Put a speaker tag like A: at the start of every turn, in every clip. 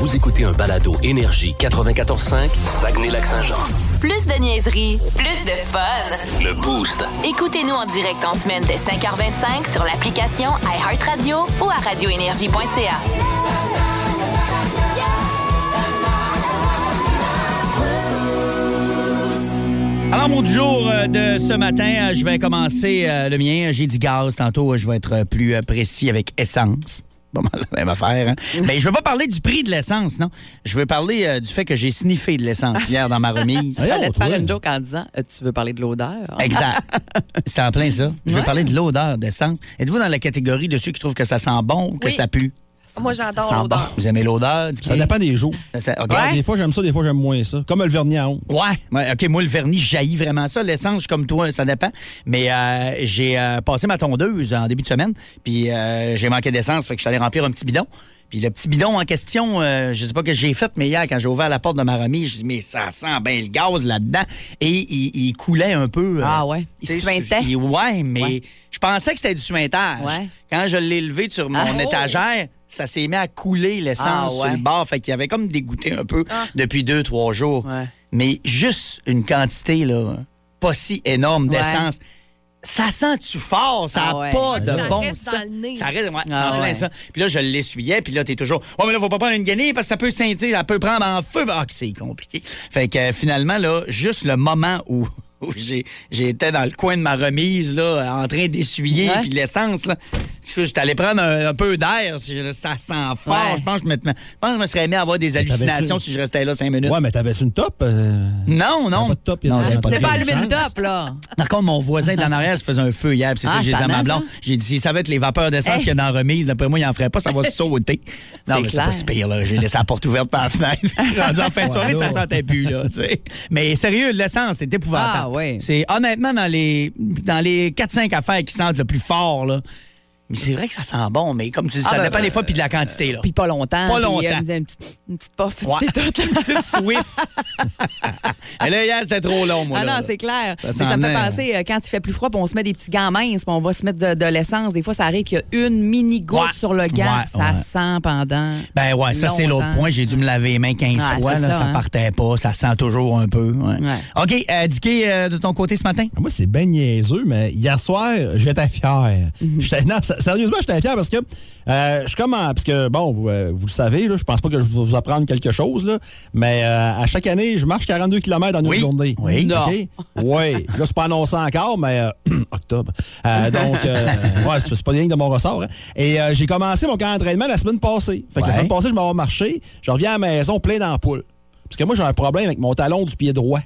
A: Vous écoutez un balado Énergie 94.5, Saguenay-Lac-Saint-Jean.
B: Plus de niaiserie, plus de fun.
A: Le Boost.
B: Écoutez-nous en direct en semaine dès 5h25 sur l'application iHeartRadio ou à radioénergie.ca.
C: Alors, mon du jour euh, de ce matin, euh, je vais commencer euh, le mien. J'ai dit gaz tantôt, euh, je vais être euh, plus euh, précis avec essence. Pas mal la même affaire. hein. Mais je ne veux pas parler du prix de l'essence, non. Je veux parler euh, du fait que j'ai sniffé de l'essence hier dans ma remise.
D: J'allais te faire
E: toi.
D: une joke en disant euh, Tu veux parler de l'odeur hein?
C: Exact. C'est en plein ça. Je veux
D: Ouais.
C: parler de l'odeur d'essence. Êtes-vous dans la catégorie de ceux qui trouvent que ça sent bon ou que
F: Oui.
C: ça pue?
F: Moi,
D: Ça
F: j'adore
D: sent bon.
F: l'odeur.
C: Vous aimez l'odeur? du
E: Ça
C: pied?
E: dépend des jours.
C: Ça- ça- ok.
E: Des fois, j'aime ça, des fois, j'aime moins ça. Comme le vernis à ongles.
C: Ouais, ouais, OK, moi, le vernis jaillit vraiment ça. L'essence, je suis comme toi, ça dépend. Mais euh, j'ai euh, passé ma tondeuse en début de semaine, puis euh, j'ai manqué d'essence, fait que je suis allé remplir un petit bidon. Puis le petit bidon en question, euh, je sais pas ce que j'ai fait, mais hier, quand j'ai ouvert la porte de ma remise, je dit, mais ça sent bien le gaz là-dedans. Et il, il coulait un peu. euh,
D: Ah ouais, il
C: tu sais,
D: suintait.
C: il- Ouais, mais
D: Ouais.
C: je pensais que c'était du suintage.
D: Ouais.
C: Quand je l'ai levé sur mon
D: Ah.
C: étagère, ça s'est mis à couler l'essence
D: Ah
C: sur
D: ouais. Ah.
C: le bord. Fait qu'il avait comme dégoûté un peu depuis deux, trois jours.
D: Ouais.
C: Mais juste une quantité, là, pas si énorme
D: Ouais.
C: d'essence. Ça sent-tu fort? Ça n'a
D: Ah ouais.
C: pas de
F: Ça
C: bon
F: reste
C: sens.
F: dans le nez.
C: Ça reste, ouais, c'est
D: Ah
C: en plein
D: ouais.
C: ça. Puis là, je l'essuyais, puis là, t'es toujours. Ouais, mais là, faut pas prendre une guenille parce que ça peut scintiller, ça peut prendre en feu. Ah, que c'est compliqué. Fait que euh, finalement, là, juste le moment où. où j'ai- J'étais dans le coin de ma remise, là, en train d'essuyer,
D: Ouais.
C: puis l'essence, là. Parce que J'étais allé prendre un, un peu d'air, si- ça sent fort.
D: Ouais.
C: Je, pense que je, me, je pense que je me serais aimé avoir des hallucinations si je restais là cinq minutes.
E: Ouais, mais t'avais-tu une top? Euh,
C: Non, non.
E: pas de top, il y en
C: non,
E: a
C: j'avais
E: pas de
D: T'es pas allumé
E: Bonne
C: Hein?
D: une
E: chance.
D: top, là.
C: par contre, mon voisin d'en arrière se faisait un feu hier, puis c'est
D: Ah,
C: ça que j'ai dit à ma
D: tabarnak,
C: blonde.
D: hein?
C: J'ai dit, ça va être les vapeurs d'essence
D: Hey.
C: qu'il y a dans la remise. D'après moi, il en ferait pas, ça va sauter. Non,
D: C'est
C: mais c'est
D: clair.
C: pas si pire, là. J'ai laissé la porte ouverte par la fenêtre. Rendu en fin de soirée, ça sentait plus, là, tu sais. Mais sérieux, l'essence, c'est épouvantable.
D: Ah, ouais.
C: C'est honnêtement dans les, dans les 4-5 affaires qui sentent le plus fort, là. Mais c'est vrai que ça sent bon, mais comme tu dis,
D: Ah,
C: ça
D: ben,
C: dépend des
D: euh,
C: fois, puis de la quantité, là.
D: Puis pas longtemps.
C: Pas
D: puis,
C: longtemps.
D: euh, une, petite, une petite puff,
C: Ouais.
D: c'est tout.
C: Une petite Swift. Et là, hier, c'était trop long, moi.
D: Ah
C: là,
D: non,
C: là.
D: c'est clair.
C: Ça
D: Mais
C: s'en
D: ça me fait
C: venait, là.
D: penser, euh, quand il fait plus froid, puis on se met des petits gants minces, puis on va se mettre de, de l'essence. Des fois, ça arrive qu'il y a une mini goutte
C: Ouais.
D: sur le gant.
C: Ouais,
D: ça
C: ouais.
D: sent pendant.
C: Ben ouais, ça c'est l'autre
D: longtemps.
C: point. J'ai dû me laver les mains 15
D: Ouais,
C: fois.
D: c'est
C: Là, ça,
D: ça, hein.
C: partait pas. Ça sent toujours un peu. ouais.
D: Ouais.
C: OK, euh, Dicky, euh, de ton côté ce matin?
E: Moi, c'est ben niaiseux, mais hier soir, j'étais fier.
C: Mhm.
E: J'étais- non, s- sérieusement, j'étais fier parce que euh, je suis comme en- Parce que, bon, vous, euh, vous le savez, là, je pense pas que je vais vous apprendre quelque chose, là, mais euh, à chaque année, je marche 42 km dans une
C: Oui.
E: journée.
C: Oui.
E: OK?
D: Non.
E: Oui. Là, c'est pas annoncé encore, mais euh, octobre. Euh, donc, euh, ouais, c'est c'est pas rien que de mon ressort. hein. Et euh, j'ai commencé mon camp d'entraînement la semaine passée. Fait que
C: Ouais.
E: la semaine passée, je m'en vais marcher. Je reviens à la maison plein d'ampoules. Parce que moi, j'ai un problème avec mon talon du pied droit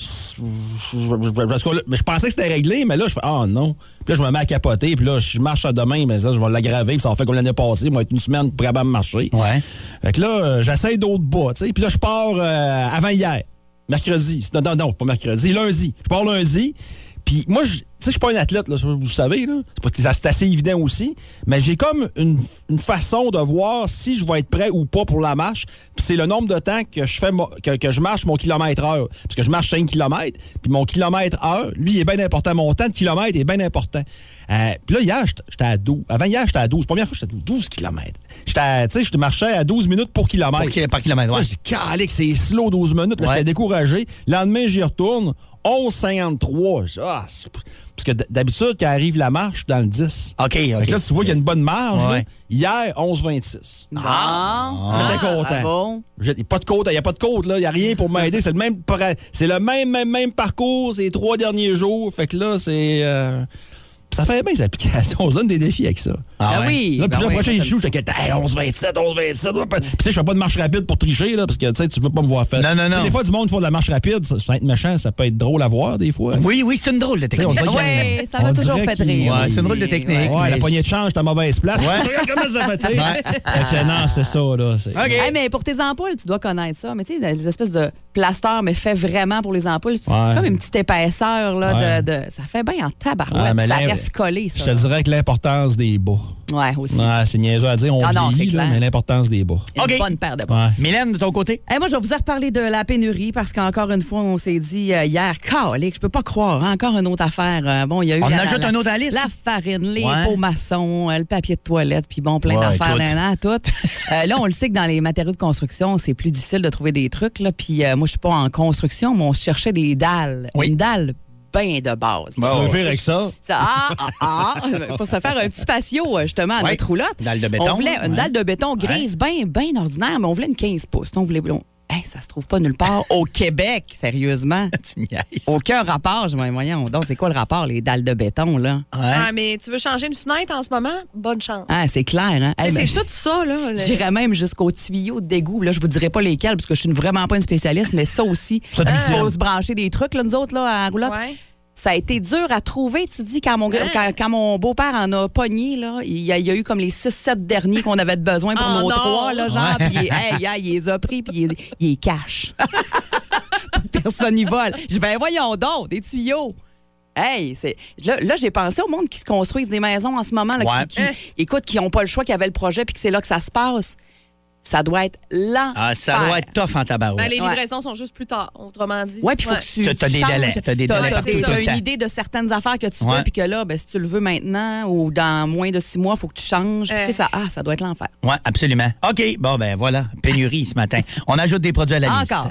E: je, je- je- en tout cas, là, mais je pensais que c'était réglé, mais là, je fais, ah non. Puis là, je me mets à capoter, puis là, je marche à demain, mais ça, je vais l'aggraver, puis ça va faire comme l'année passée, moi, une semaine pour probablement marcher.
C: Ouais.
E: Fait que là, euh, j'essaie d'autres bas, tu sais. Puis là, je pars euh, avant hier, mercredi. Non, non, non, pas mercredi, lundi. Je pars lundi. Puis moi, je- tu sais, je suis pas un athlète, là, ça, vous le savez, là. C'est pas- C'est assez évident aussi. Mais j'ai comme une, une façon de voir si je vais être prêt ou pas pour la marche. Puis c'est le nombre de temps que je fais mo- que, que je marche mon kilomètre heure. Parce que je marche 5 km, puis mon kilomètre heure, lui, il est bien important. Mon temps de kilomètre est bien important. Euh, puis là, hier, j'étais- j'étais à 12. Avant hier, j'étais à 12. Première fois, j'étais à 12 km. J'étais, à- tu sais, je marchais à 12 minutes pour kilomètre.
C: Pour ki- par kilomètre, ouais.
E: Là, je dis, Calique, c'est slow 12 minutes. Là,
C: Ouais.
E: J'étais découragé. Le lendemain, j'y retourne. 11,53. Je dis, Ah, c'est- parce que d- d'habitude, quand arrive la marche, je suis dans le 10.
C: OK,
E: Fait
C: OK.
E: que là, tu vois qu'il y a une bonne marge.
C: Ouais.
E: là. Hier, 11,26.
D: Bon.
E: J'étais content.
D: ah bon?
E: J'ai- y a pas de côte, il n'y a pas de côte, là. Il n'y a rien pour m'aider. C'est le même pra- c'est le même, même, même parcours ces trois derniers jours. Fait que là, c'est. euh, Ça fait bien, les applications. On se donne des défis avec ça.
D: Ah,
C: ouais.
D: oui.
E: Là,
D: ben
E: puis là,
D: oui,
E: prochain,
D: ça
E: je
D: me
E: joue, j'étais hey, 11, 27, 11, 27. Puis, tu sais, je fais pas de marche rapide pour tricher, là, parce que, tu sais, tu veux pas me voir faire.
C: Non, non,
E: Euh, Tu sais,
C: non.
E: Des fois, du monde font de la marche rapide, ça, sans être méchant, ça peut être drôle à voir, des fois.
C: Oui, oui, c'est une drôle de
E: Tu sais,
C: technique.
E: dirait qu'il y a-
D: Ouais, ça
E: on
D: m'a
E: dirait
D: toujours fait
E: qu'il-
D: rire.
C: Ouais, c'est une drôle de
D: Oui,
C: technique.
D: ouais.
E: Ouais,
C: Mais-
E: la poignée de change, ta mauvaise place.
C: Ouais.
E: Regarde comment ça fait, tu sais.
C: Ouais.
E: Fait que, non, c'est ça, là. c'est-
C: OK.
D: Hey, mais pour tes ampoules, tu dois connaître ça. Mais tu sais, les espèces de plasteurs, mais fait vraiment pour les ampoules. C'est
E: Ouais.
D: c'est comme une petite épaisseur là,
E: Ouais.
D: de, de- Ça fait bien en
E: Ah,
D: tabarouette.
E: mais
D: ça
E: là,
D: reste collé, ça.
E: Je te dirais que l'importance des bas.
D: Ouais, aussi.
E: Ouais, c'est niaiseux à dire, on
D: Ah non,
E: vieillit,
D: c'est
E: là,
D: clair.
E: mais l'importance des bas.
D: Une
C: OK.
D: bonne paire de bas.
E: Ouais.
C: Mylène, de ton côté?
D: Hey, moi, je vais vous en reparler de la pénurie parce qu'encore une fois, on s'est dit euh, hier, calique, je peux pas croire, hein, encore une autre affaire. Euh, bon, il y a eu
C: On
D: la,
C: ajoute
D: la-
C: un autre à la liste.
D: La farine, les
C: Ouais.
D: pots maçons, euh, le papier de toilette, puis bon, plein
C: Ouais,
D: d'affaires
C: tout.
D: d'un tout. Euh, là, on le sait que dans les matériaux de construction, c'est plus difficile de trouver des trucs. Là, puis euh, moi, je suis pas en construction, mais on cherchait des dalles.
C: Oui.
D: Une dalle bien de base.
E: Tu veux faire avec ça?
D: Ça, Ah, ah, ah, pour se faire un petit patio, euh, justement, à
C: Ouais.
D: notre roulotte.
C: Dalle de béton,
D: On voulait une
C: ouais.
D: dalle de béton grise, bien ben ordinaire, mais on voulait une 15 pouces. On voulait. on- Hey, ça se trouve pas nulle part au Québec, sérieusement.
C: Tu me niaises.
D: Aucun rapport. Je me dis, voyons donc, c'est quoi le rapport, les dalles de béton, là?
C: Ouais.
F: Ah, mais tu veux changer une fenêtre en ce moment? Bonne chance.
D: Ah, c'est clair, hein? Hey,
F: Tu sais,
D: mais
F: c'est tout ça, là. le-
D: J'irais même jusqu'aux tuyaux de dégoût. Là, je vous dirai pas lesquels parce que je suis vraiment pas une spécialiste, mais ça aussi,
E: Ça te
D: il faut
E: visionne.
D: se brancher des trucs, là, nous autres, là, à roulotte.
F: Ouais.
D: Ça a été dur à trouver, tu dis, quand mon, gr-
F: Hein?
D: quand, quand mon beau-père en a pogné, là, il y a, il y a eu comme les 6-7 derniers qu'on avait de besoin pour
F: Oh
D: nos
F: non!
D: trois, là, genre, puis il- hey, hey, il les a pris, puis il, il les cache. Personne n'y vole. Je vais voyons donc, des tuyaux. Hey, c'est là, là, j'ai pensé au monde qui se construisent des maisons en ce moment, là,
C: Ouais.
D: qui, qui-
F: Hein?
D: écoute, qui n'ont pas le choix, qui avaient le projet, puis que c'est là que ça se passe. Ça doit être lent.
C: Ah, ça doit être tough en
F: Ben,
C: tabarouette.
F: les
D: Ouais.
F: livraisons sont juste plus tard, autrement dit.
D: Ouais, puis faut
F: Ouais.
D: que tu.
C: T'as- t'as
D: tu
C: des
D: changes.
C: délais, t'as des
F: délais partout,
D: t'as
F: tout le
D: une
C: temps.
D: idée de certaines affaires que tu
C: Ouais.
D: veux, puis que là, ben, si tu le veux maintenant ou dans moins de six mois, faut que tu changes.
F: Euh.
D: Tu sais, ça, ah, ça doit être l'enfer.
C: Oui, absolument. OK, bon, ben voilà, pénurie ce matin. On ajoute des produits à la liste.
D: Encore.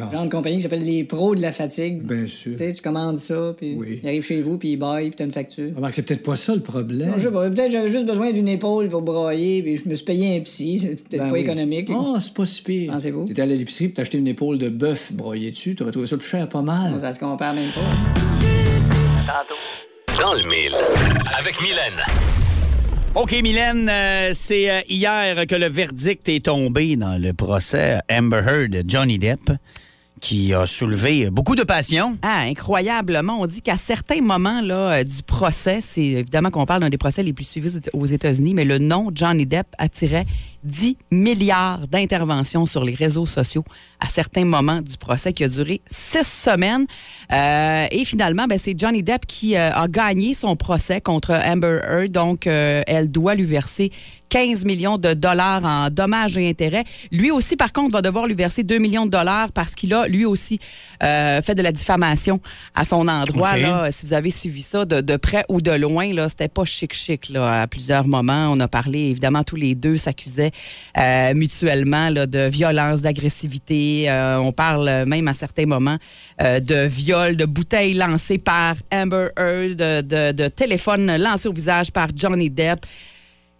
G: Genre de compagnie qui s'appelle les pros de la fatigue.
H: Bien
G: Tu
H: sûr.
G: sais, tu commandes ça, puis
H: Oui.
G: il arrive chez vous, puis il baille, puis t'as une facture.
H: Remarque, c'est peut-être pas ça le problème.
G: Non, je sais pas, peut-être j'avais juste besoin d'une épaule pour broyer, puis je me suis payé un psy. C'est peut-être
H: Ben
G: pas
H: oui.
G: économique. là.
H: Ah, c'est pas si pire.
G: Pensez-vous?
H: T'étais allé à l'épicerie, puis t'as acheté une épaule de bœuf broyée dessus. T'aurais trouvé ça plus cher, pas mal.
G: Ça se compare même pas.
A: Dans le mille. Avec Mylène.
C: OK, Mylène, euh, c'est euh, hier que le verdict est tombé dans le procès Amber Heard de Johnny Depp, qui a soulevé beaucoup de passion.
D: Ah, incroyablement. On dit qu'à certains moments là, euh, du procès, c'est évidemment qu'on parle d'un des procès les plus suivis aux États-Unis, mais le nom de Johnny Depp attirait 10 milliards d'interventions sur les réseaux sociaux à certains moments du procès qui a duré six semaines. Euh, et finalement, ben, c'est Johnny Depp qui euh, a gagné son procès contre Amber Heard. Donc, euh, elle doit lui verser 15 millions de dollars en dommages et intérêts. Lui aussi, par contre, va devoir lui verser 2 millions de dollars parce qu'il a, lui aussi, euh, fait de la diffamation à son endroit.
C: OK.
D: Là, si vous avez suivi ça de, de près ou de loin, là, c'était pas chic-chic. Là, à plusieurs moments, on a parlé, évidemment, tous les deux s'accusaient euh, mutuellement là, de violence, d'agressivité. Euh, on parle euh, même à certains moments euh, de viol, de bouteilles lancées par Amber Heard, de, de, de téléphones lancés au visage par Johnny Depp.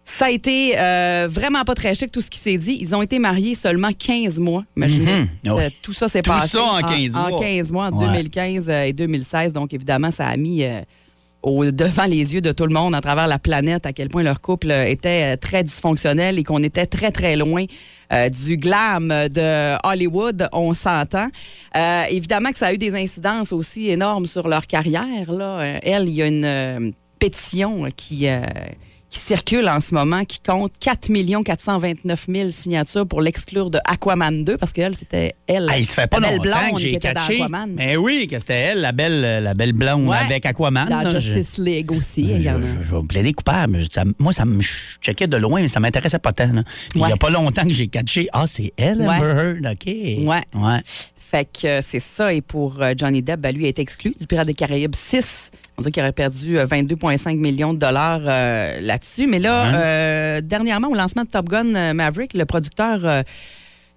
D: Ça a été euh, vraiment pas très chic tout ce qui s'est dit. Ils ont été mariés seulement 15 mois, imaginez.
C: Mhm.
D: Euh, Tout ça s'est
C: Tout
D: passé
C: ça en 15
D: en,
C: mois.
D: 15 mois, en
C: Ouais.
D: 2015 euh, et 2016. Donc, évidemment, ça a mis euh, au devant les yeux de tout le monde à travers la planète à quel point leur couple euh, était euh, très dysfonctionnel et qu'on était très, très loin euh, du glam de Hollywood, on s'entend. Euh, évidemment que ça a eu des incidences aussi énormes sur leur carrière. Là. Euh, Elle, il y a une euh, pétition qui... euh, qui circule en ce moment, qui compte 4 429 000 signatures pour l'exclure de Aquaman 2, parce qu'elle, c'était elle.
C: Ah, il se fait pas
D: la belle
C: longtemps
D: blonde
C: que
D: qui
C: j'ai
D: était dans
C: catché.
D: Aquaman.
C: Mais oui, que c'était elle, la belle, la belle blonde
D: Ouais.
C: avec Aquaman.
D: Dans
C: là, je-
D: Justice League aussi, il
C: Je,
D: y en a.
C: je- je vais me plaider coupable. mais ça- moi, ça me je checkais de loin, mais ça m'intéressait pas tant. là. Puis Il n'y
D: Ouais.
C: a pas longtemps que j'ai catché. Ah, c'est elle,
D: Ouais.
C: Amber Heard, OK.
D: Ouais. Fait que euh, c'est ça. Et pour euh, Johnny Depp, ben, lui, il est exclu du Pirate des Caraïbes 6. On dirait qu'il aurait perdu euh, 22,5 millions de dollars euh, là-dessus. Mais là,
C: Hein?
D: euh, dernièrement, au lancement de Top Gun euh, Maverick, le producteur euh,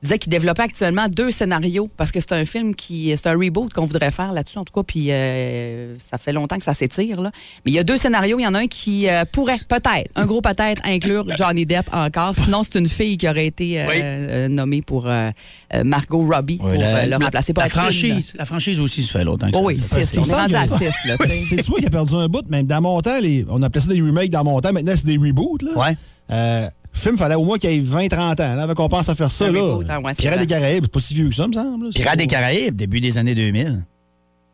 D: disait qu'il développait actuellement deux scénarios parce que c'est un film qui. C'est un reboot qu'on voudrait faire là-dessus, en tout cas. Puis euh, ça fait longtemps que ça s'étire, là. Mais il y a deux scénarios. Il y en a un qui euh, pourrait, peut-être, un gros peut-être, inclure Johnny Depp encore. Sinon, c'est une fille qui aurait été euh,
C: Oui.
D: euh, nommée pour euh, euh, Margot Robbie pour euh, le remplacer. Pas
C: la
D: être une,
C: franchise, la franchise aussi, ça fait longtemps que
D: là. Oh oui,
C: ça- ça-
D: six. On est rendu à six, là. tu
E: Ouais,
D: sais.
E: C'est toi qui as perdu un bout, même dans mon temps, les- on appelait ça des remakes dans mon temps, maintenant c'est des reboots. Là.
C: Ouais.
E: Euh, le film, fallait au moins qu'il y ait 20-30 ans, là, avant qu'on pense à faire ça.
D: Un
E: Là.
D: reboot, hein, ouais, c'est
E: Pirates
D: vrai.
E: des Caraïbes, c'est pas si vieux que ça, me semble. là. C'est
C: Pirates
E: pas-
C: des Caraïbes, début des années 2000.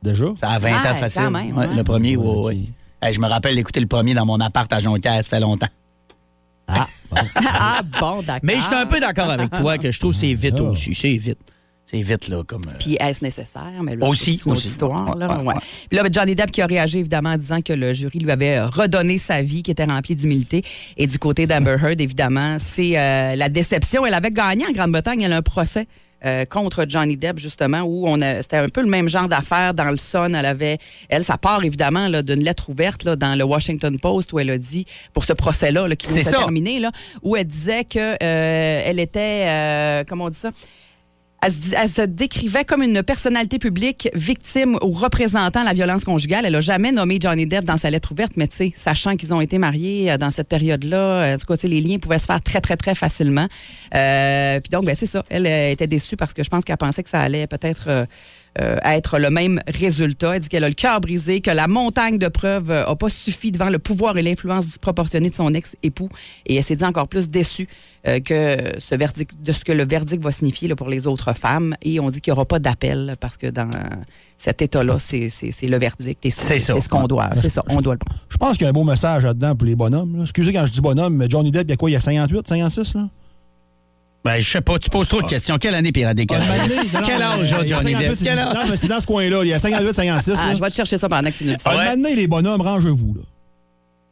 E: Déjà.
C: Ça a 20
D: Ah,
C: ans facile.
D: quand même,
C: Ouais,
D: ouais.
C: Le premier, oui,
E: Ouais,
C: oui.
E: ok.
C: Hey, je me rappelle d'écouter le premier dans mon appart à Jonquière, ça fait longtemps.
E: Ah, bon.
D: ah bon, d'accord.
C: Mais je suis un peu d'accord avec toi que je trouve que c'est vite
E: Ah.
C: aussi. C'est vite. C'est vite, là, comme. euh,
D: Puis est-ce nécessaire? Mais là,
C: Aussi,
D: c'est une autre
C: aussi.
D: histoire.
C: Ouais,
D: là,
C: ouais,
D: ouais.
C: ouais.
D: Puis là, ben, Johnny Depp qui a réagi évidemment en disant que le jury lui avait euh, redonné sa vie, qui était remplie d'humilité. Et du côté d'Amber Heard, évidemment, c'est euh, la déception. Elle avait gagné en Grande-Bretagne. Elle a un procès. euh, contre Johnny Depp, justement, où on a- c'était un peu le même genre d'affaire dans le son. Elle avait, elle, ça part évidemment là, d'une lettre ouverte là, dans le Washington Post où elle a dit, pour ce procès-là, là, qui
C: C'est
D: s'est
C: ça.
D: terminé, là, où elle disait que euh, elle était, euh, comment on dit ça? Elle se, dit- elle se décrivait comme une personnalité publique victime ou représentant la violence conjugale. Elle n'a jamais nommé Johnny Depp dans sa lettre ouverte, mais tu sais, sachant qu'ils ont été mariés euh, dans cette période-là, euh, du coup, tu sais, les liens pouvaient se faire très, très, très facilement. Euh, Puis donc, ben, c'est ça. Elle euh, était déçue parce que je pense qu'elle pensait que ça allait peut-être euh, euh, être le même résultat. Elle dit qu'elle a le cœur brisé, que la montagne de preuves n'a pas suffi devant le pouvoir et l'influence disproportionnée de son ex-époux. Et elle s'est dit encore plus déçue euh, que ce verdict, de ce que le verdict va signifier là, pour les autres femmes. Et on dit qu'il n'y aura pas d'appel là, parce que dans cet état-là, c'est c'est- c'est le verdict. et
C: C'est
D: C'est
C: ça.
D: c'est ce qu'on doit. C'est ça, on doit le prendre.
E: Je pense qu'il y a un beau message là-dedans pour les bonhommes. là. Excusez quand je dis bonhomme, mais Johnny Depp, il y a quoi, il y a 58, 56, là?
C: Ben, je sais pas, tu poses trop de questions. Quelle année Pirates des
E: Un moment
C: Caraïbes?
E: donné, non, non,
C: Quel
E: mais,
C: âge,
E: euh, il y a
C: Johnny
E: 58,
C: Depp? Quel âge?
E: Non, mais c'est dans ce coin-là, il y a 58, 56.
D: Ah,
E: là.
D: je vais te chercher ça pendant que tu nous dis
E: Un
D: ça.
E: moment donné, les bonhommes, rangez-vous, là.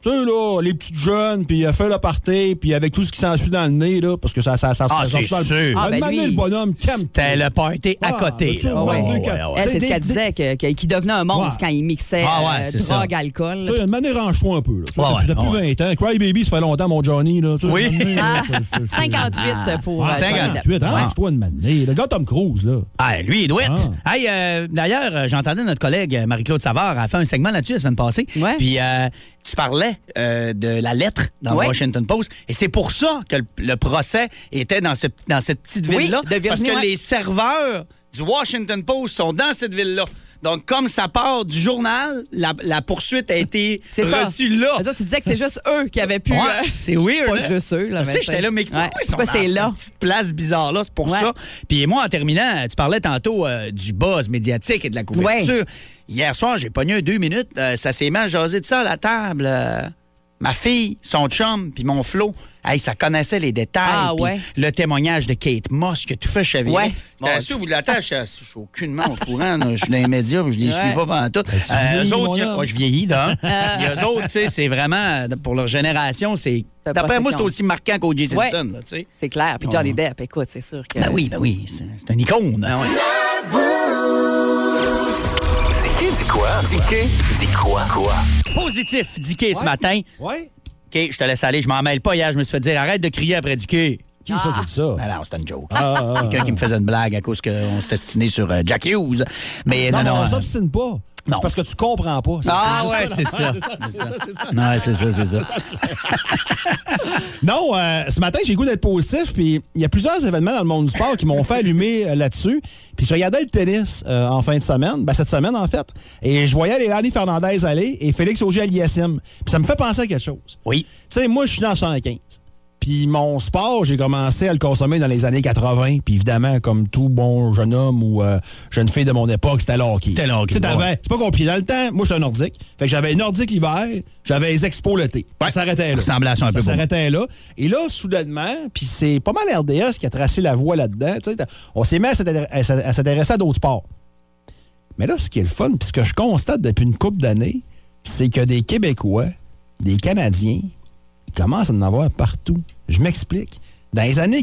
E: Tu sais, là, les petites jeunes, puis euh, fait le party, puis avec tout ce qui s'ensuit dans le nez, là, parce que ça, ça, ça,
C: Ah,
E: ça- ça-
C: c'est
E: ça-
C: sûr.
E: Un
D: Ah, ben
E: moment donné,
D: lui,
E: le bonhomme, calme
C: C'était le party à
E: Ah,
C: côté.
E: tu
C: là.
E: vois,
C: Ouais,
E: deux,
C: ouais,
E: quatre.
C: ouais, ouais.
D: Elle,
E: Tu sais,
D: c'est ce
E: des-
D: qu'elle
E: des-
D: disait, que- que- qu'il devenait un monstre
E: Ouais.
D: quand il mixait
C: Ah ouais,
D: euh,
C: c'est ça.
D: drogue, alcool.
E: Tu sais, une manière range-toi un peu. Là. Tu
C: Ouais, ouais,
E: sais, depuis
C: ouais.
E: 20 ans. Crybaby, ça fait longtemps, mon Johnny. Là. Tu sais,
C: Oui.
E: un moment donné, là, c'est- c'est- c'est-
D: 58 Ah, pour euh,
E: Ah,
D: Johnny Depp.
E: 58,
C: Ah.
E: range-toi une manée. Le gars Tom Cruise, là.
C: Ah, lui, il doit être.
E: Ah.
C: Hey, euh, D'ailleurs, euh, j'entendais notre collègue euh, Marie-Claude Savard, elle a fait un segment là-dessus la semaine passée.
D: Ouais.
C: Puis euh, tu parlais euh, de la lettre dans
D: Ouais.
C: le Washington Post. Et c'est pour ça que le, le procès était dans, ce- dans cette petite
D: Oui,
C: ville-là.
D: de Virginie,
C: parce que
D: ouais.
C: les serveurs du Washington Post sont dans cette ville-là. Donc, comme ça part du journal, la, la poursuite a été
D: C'est ça.
C: reçue là.
D: Eux autres, tu disais que c'est juste eux qui avaient pu.
C: Ouais,
D: euh,
C: c'est weird.
D: Pas
C: hein?
D: juste eux, là.
C: Tu sais, j'étais là, mais pourquoi ils sont dans
D: c'est
C: cette
D: là?
C: petite place bizarre là, c'est pour
D: Ouais.
C: ça. Puis moi, en terminant, tu parlais tantôt euh, du buzz médiatique et de la couverture. Hier soir, j'ai pogné un deux minutes, euh, ça s'est mal jasé de ça à la table. euh, ma fille, son chum, puis mon Flo, hey, ça connaissait les détails.
D: Ah,
C: puis
D: ouais.
C: Le témoignage de Kate Moss que tout fait chevier. Euh,
D: Ouais.
C: Bon, sûr, vous de la table, je suis- je suis aucunement au courant. là. Je suis dans les médias, puis je les
D: Ouais.
C: suis pas pendant tout.
E: Ben, vieillis,
C: eux
E: mon
C: autres, il y a-
E: homme.
C: Ouais, je vieillis, là. hein. Puis eux autres, tu sais, c'est vraiment, euh, pour leur génération, c'est.
D: C'est
C: D'après
D: pas
C: moi,
D: ça
C: c'est
D: compte.
C: aussi marquant qu'au Jason
D: Ouais.
C: Simpson, là, tu sais.
D: C'est clair. Puis Johnny Depp, écoute, c'est sûr que.
C: Ben oui, ben oui, c'est c'est une icône.
E: Ben
D: Ah ouais.
A: Dicky dit quoi? Dicky dit quoi? Quoi?
C: Positif, Dicky, ce matin.
E: Ouais.
C: OK, je te laisse aller, je m'en mêle pas hier. Je me suis fait dire, arrête de crier après Dicky.
E: Qui ça
D: Ah.
E: qui dit ça?
C: Ben non, c'était une joke.
E: Ah, ah,
C: Quelqu'un qui me faisait une blague à cause qu'on se destiné sur euh, Jack Hughes. Mais non,
E: Non, mais
C: non.
E: on
C: euh,
E: s'obstine pas.
C: Non.
E: C'est parce que tu comprends pas. C'est-
C: Ah
E: c'est
C: ouais,
E: juste
C: c'est
E: l'affaire.
C: ça.
E: C'est ça, c'est ça, c'est ça.
C: Non, c'est ça, c'est ça.
E: Non, euh, ce matin, j'ai le goût d'être positif, puis il y a plusieurs événements dans le monde du sport qui m'ont fait allumer euh, là-dessus. Puis je regardais le tennis euh, en fin de semaine, ben, cette semaine en fait, et je voyais Lélani Fernandez aller et Félix Auger-Aliassime. Puis ça me fait penser à quelque chose.
C: Oui.
E: Tu sais, moi, je suis dans 115. Puis mon sport, j'ai commencé à le consommer dans les années 80. Puis évidemment, comme tout bon jeune homme ou euh, jeune fille de mon époque, c'était le hockey.
C: C'était le hockey,
E: Tu sais, t'avais-
C: ouais.
E: C'est pas compliqué. Dans le temps, moi, je suis un nordique. Fait que j'avais nordique l'hiver, j'avais les expos l'été.
C: Ouais.
E: Ça s'arrêtait là.
C: Ressemblait à ça un peu pour moi.
E: s'arrêtait là. Et là, soudainement, puis c'est pas mal RDS qui a tracé la voie là-dedans. tu sais, t'as- On s'est mis à s'intér- à s'in- à s'intéresser à d'autres sports. Mais là, ce qui est le fun, puis ce que je constate depuis une couple d'années, c'est que des Québécois, des Canadiens, il commence à en avoir partout. Je m'explique. Dans les années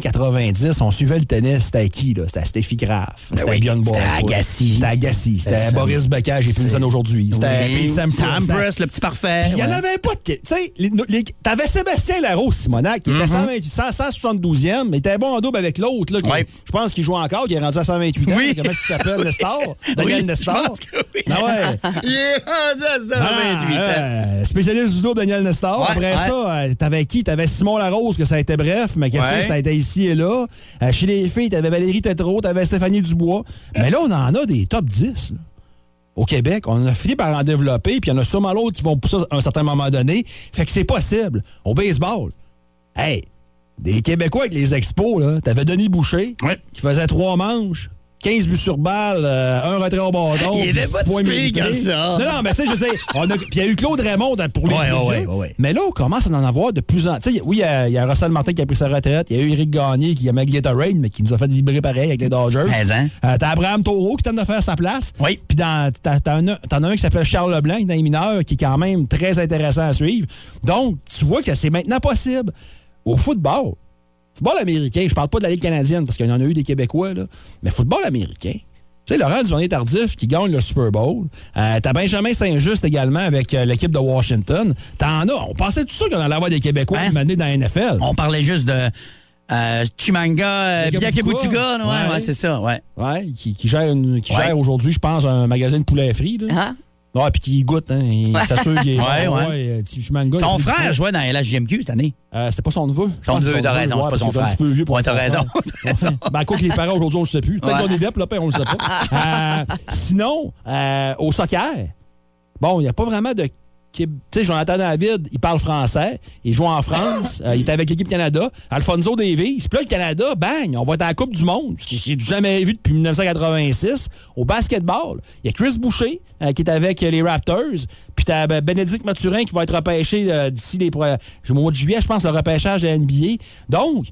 E: 80-90, on suivait le tennis, c'était à qui, là? C'était à Steffi Graf, c'était
C: Ben oui,
E: à Bjorn Borg.
C: c'était à
E: ouais.
C: Agassi.
E: C'était à Agassi, c'était à
C: Sam-
E: Boris Becker, j'ai plus le
C: C'est-
E: scène aujourd'hui. C'était à Pete Sampras. c'était à-
C: Sampras, le petit parfait.
E: Puis Il n'y en
C: ouais.
E: avait pas de. Tu sais, les- les- t'avais Sébastien Larose, Simonac, qui était 128 100, 172e, mais il était bon en double avec l'autre, là. qui-
C: Mm-hmm. Ouais.
E: Je pense qu'il joue encore, qui est rendu à 128 ans.
C: Oui.
E: Comment est-ce qu'il s'appelle, Nestor? Daniel
C: Oui,
E: Nestor?
C: je pense que oui.
E: Ah ouais.
C: Il est rendu à 128
E: Ah, euh, spécialiste du double, Daniel Nestor.
C: Ouais,
E: Après
C: ouais.
E: ça, euh, t'avais qui? T'avais Simon Larose, que ça a été bref, mais que tu sais,
C: Ouais.
E: ça a été ici et là. Euh, chez les filles, t'avais Valérie Tétrault, t'avais Stéphanie Dubois. Mais là, on en a des top 10. là. Au Québec, on a fini par en développer, puis il y en a sûrement l'autre qui vont pousser à un certain moment donné. Fait que c'est possible. Au baseball, hey, des Québécois avec les expos, là, t'avais Denis Boucher
C: Ouais.
E: qui faisait trois manches. 15 buts sur balle, euh, un retrait au bâton.
C: Il
E: puis
C: était
E: six
C: pas si
E: points
C: pire
E: mérités.
C: que ça.
E: Non, non, mais tu sais, je sais, on a- puis il y a eu Claude Raymond hein, pour les
C: Ouais,
E: plus
C: ouais,
E: vieux.
C: ouais, ouais.
E: Mais là, on commence à en avoir de plus en... Tu sais, oui, il y a- il y, a Russell Martin qui a pris sa retraite, il y a eu Eric Gagné qui aimait Gatorade, mais qui nous a fait vibrer pareil avec les Dodgers.
C: Mais, hein.
E: Euh, t'as Abraham Taureau qui tente de faire sa place.
C: Oui.
E: Puis dans- t'as- t'as un- t'en as un qui s'appelle Charles Leblanc, dans les mineurs, qui est quand même très intéressant à suivre. Donc, tu vois que c'est maintenant possible. Au football, football américain, je parle pas de la Ligue canadienne parce qu'il y en a eu des Québécois, là, mais football américain. Tu sais, Laurent Duvernay Tardif qui gagne le Super Bowl. Euh, T'as Benjamin Saint-Just également avec euh, l'équipe de Washington. T'en as. On pensait tout ça qu'on allait avoir des Québécois
C: Hein?
E: une année dans la NFL.
C: On parlait juste de euh, Chimanga, euh,
E: Biakabutuka.
C: Biakabutuka. Ouais,
E: Ouais.
C: ouais, c'est ça, ouais.
E: Ouais, qui, qui gère, une- qui
C: Ouais. Ah.
E: gère aujourd'hui, je pense, un magasin de poulet frit. Là.
D: Hein?
E: Ouais, puis qui goûte, hein. Il s'assure qu'il est.
C: Ouais, ouais.
E: euh, si je m'engage,
C: Son
E: il fait du
C: frère
E: poulet.
C: jouait dans LHJMQ cette année.
E: Euh, C'était pas son neveu. Je
C: Son
E: pense que
C: neveu, t'as
E: neveu,
C: raison,
E: ouais,
C: c'est pas
E: parce
C: son
E: qu'il est un
C: frère.
E: petit peu vieux pour
C: Ouais,
E: être
C: t'as
E: son
C: raison,
E: frère.
C: t'as raison.
E: Ben, quoi que les parents aujourd'hui, on le sait plus. Peut-être
C: Ouais.
E: qu'on est dep, là, ben, on le sait pas. Euh, sinon, euh, au soccer, bon, il n'y a pas vraiment de. Tu sais, Jonathan David, il parle français, il joue en France,
C: Ah.
E: euh, il est avec l'équipe Canada. Alfonso Davies, puis là, le Canada, bang, on va être à la Coupe du Monde, ce que j'ai jamais vu depuis 1986. Au basketball, il y a Chris Boucher euh, qui est avec euh, les Raptors, puis t'as ben, Bénédicte Mathurin qui va être repêché euh, d'ici les pro- au mois de juillet, je pense, le repêchage de la NBA. Donc,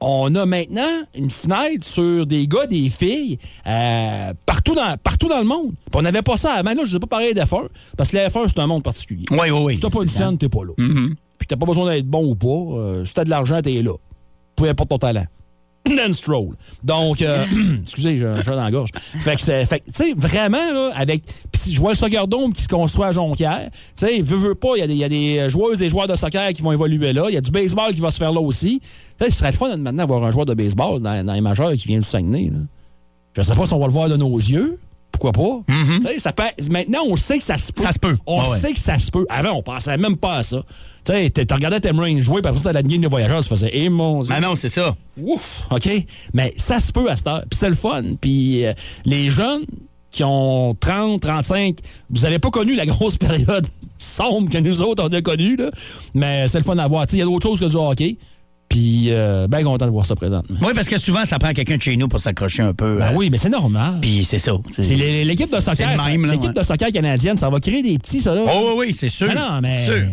E: on a maintenant une fenêtre sur des gars, des filles, euh, partout, dans, partout dans le monde. Puis on n'avait pas ça avant. Là, je ne sais pas parler d'F1, parce que la F1, c'est un monde particulier.
C: Oui, oui, oui.
E: Si t'as pas une scène, t'es pas là. Puis t'as pas besoin d'être bon ou pas. euh, si t'as de l'argent, t'es là. Peu importe ton talent. Dan Stroll. Donc, euh, excusez, j'ai un chat dans la gorge. Fait que, c'est- fait que, tu sais, vraiment, là, avec. Puis si je vois le soccer dome qui se construit à Jonquière. Tu sais, veux, veux pas, il y a des- il y, a des joueuses et joueurs de soccer qui vont évoluer là. Il y a du baseball qui va se faire là aussi. Tu sais, ce serait le fun de maintenant avoir un joueur de baseball dans, dans les majeurs qui vient du Saguenay. Là. Je sais pas si on va le voir de nos yeux. Pourquoi pas? Tu sais, ça peut- Maintenant, on sait que ça se peut.
C: Mm-hmm. Ça se peut. Ah
E: On
C: Ouais, ouais.
E: sait que ça se peut. Avant, on pensait même pas à ça. Tu sais, t'es- t'en regardais Tim Raines jouer, puis après ça, t'as la game de voyageurs, tu faisais, eh mon Dieu.
C: Ah non, c'est ça.
E: Ouf, OK? Mais ça se peut à cette heure. Puis c'est le fun. Puis euh, les jeunes qui ont 30, 35, vous n'avez pas connu la grosse période sombre que nous autres, on a connue, là. Mais c'est le fun à voir. Tu sais, Il y a d'autres choses que du hockey. Puis, euh, ben content de voir ça présentement.
C: Oui, parce que souvent, ça prend quelqu'un de chez nous pour s'accrocher un peu.
E: Ben
C: euh,
E: oui, mais c'est normal.
C: Puis c'est ça.
E: C'est l'é- l'équipe de
C: c'est
E: soccer,
C: le
E: ça-
C: même, là,
E: l'équipe
C: ouais.
E: de soccer canadienne, ça va créer des petits, ça là.
C: Oh oui, oui, c'est sûr.
E: Mais Ben non, mais.
C: Sûr.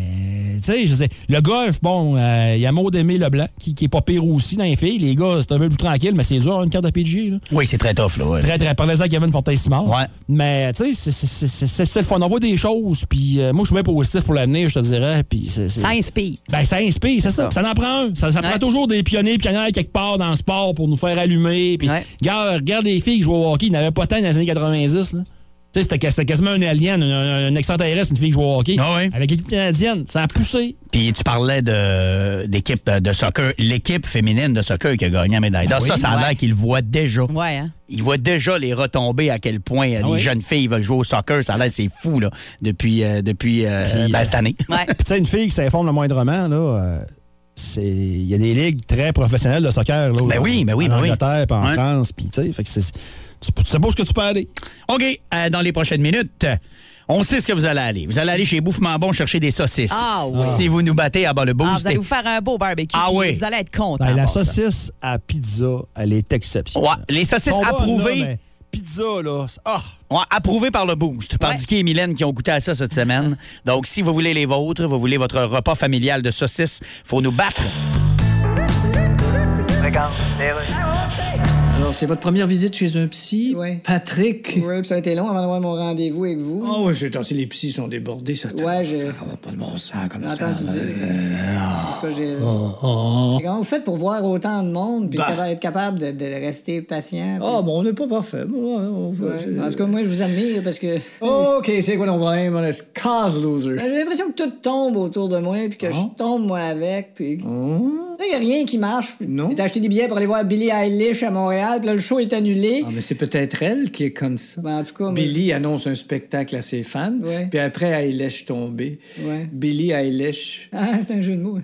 E: Tu sais, je sais, le golf, bon, euh, il y a Maud Aimé Leblanc, qui, qui est pas pire aussi dans les filles. Les gars, c'est un peu plus tranquille, mais c'est dur d'avoir une carte de PGA, là.
C: Oui, c'est très tough, là. ouais.
E: Très, très. Parlez-en à Kevin Fortin-Simard.
C: Ouais.
E: Mais, tu sais, c'est- c'est- c'est- c'est c'est- c'est le fun. On voit des choses, puis euh, moi, je suis bien positif pour l'avenir, je te dirais. Puis c'est- c'est-
D: Ça inspire.
E: ben, ça inspire, c'est ça.
D: ça.
E: Ça en prend un. Ça, ça
D: Ouais.
E: prend toujours des pionniers, pionnières quelque part dans le sport pour nous faire allumer. Puis,
D: Ouais.
E: regarde, regarde les filles qui jouent au hockey. Ils n'avaient pas tant dans les années 90. là. Tu sais, c'était ca- c'était quasiment un alien, un, un- un extraterrestre, une fille qui joue au hockey.
C: Ah ouais.
E: Avec l'équipe canadienne, ça a poussé.
C: Puis tu parlais de- d'équipe euh, de, soccer, l'équipe féminine de soccer qui a gagné la médaille d'or.
E: Ah oui,
C: ça, ça a
D: ouais.
C: l'air qu'il voit déjà.
D: Ouais, hein?
C: Il voit déjà les retombées à quel point euh, les
E: Ah oui?
C: jeunes filles veulent jouer au soccer. Ça a l'air, c'est fou, là, depuis, euh, depuis euh,
E: Puis,
C: ben,
E: euh,
C: cette année.
D: Ouais.
E: Puis, tu sais, une fille qui s'informe le moindrement, là. euh, c'est- il y a des ligues très professionnelles de soccer. Là,
C: Ben oui, ben oui,
E: En
C: ben oui.
E: Angleterre, puis en
C: Ouais.
E: France. Puis, tu sais, fait que c'est- tu, tu sais pas où est-ce que tu peux aller.
C: OK, euh, dans les prochaines minutes, euh, on sait ce que vous allez aller. Vous allez aller chez Bouffement Bon chercher des saucisses.
D: Ah oui.
C: Si vous nous battez à bas le boost.
D: Ah, vous allez vous faire un beau barbecue.
C: Ah
D: puis
C: oui.
D: Vous allez être content.
E: Ben, la
D: d'avoir ça.
E: saucisse à pizza, elle est exceptionnelle.
C: Ouais, les saucisses
E: Sont bonnes, là,
C: approuvées.
E: mais pizza, là. c'est- Ah!
C: Ouais, approuvé par le Boost, par
D: Ouais.
C: Dicky et Mylène qui ont goûté à ça cette semaine. Donc, si vous voulez les vôtres, vous voulez votre repas familial de saucisses, faut nous battre.
H: Alors, Alors, c'est votre première visite chez un psy?
G: Ouais.
H: Patrick?
G: Ouais, puis ça a été long avant d'avoir mon rendez-vous avec vous.
H: Oh, oui, c'est si les psys sont débordés, ça
G: Ouais, j'ai-
H: Ça va pas de bon sens comme
G: J'ai
H: ça.
G: entendu dire. En tout cas, j'ai-
H: Oh, oh.
G: Comment vous faites pour voir autant de monde puis
H: Bah.
G: capa- être capable de, de rester patient? puis-
H: Ah, bon, on n'est pas parfait. Bon, on va-
G: Ouais. En tout cas, moi, je vous admire parce que Ben,
H: OK, c'est quoi ton problème? On est cause loser. Ah.
G: j'ai l'impression que tout tombe autour de moi puis que je tombe moi avec. Puis... Là, il n'y a rien qui marche.
H: Non.
G: J'ai acheté des billets pour aller voir Billie Eilish à Montréal puis là, le show est annulé.
H: Ah, mais c'est peut-être elle qui est comme ça.
G: Ben, en tout cas, moi-
H: Billy annonce un spectacle à ses fans,
G: Ouais.
H: puis après, elle lèche tomber.
G: Ouais.
H: Billy Eilish,
G: Ah, c'est un jeu de mots.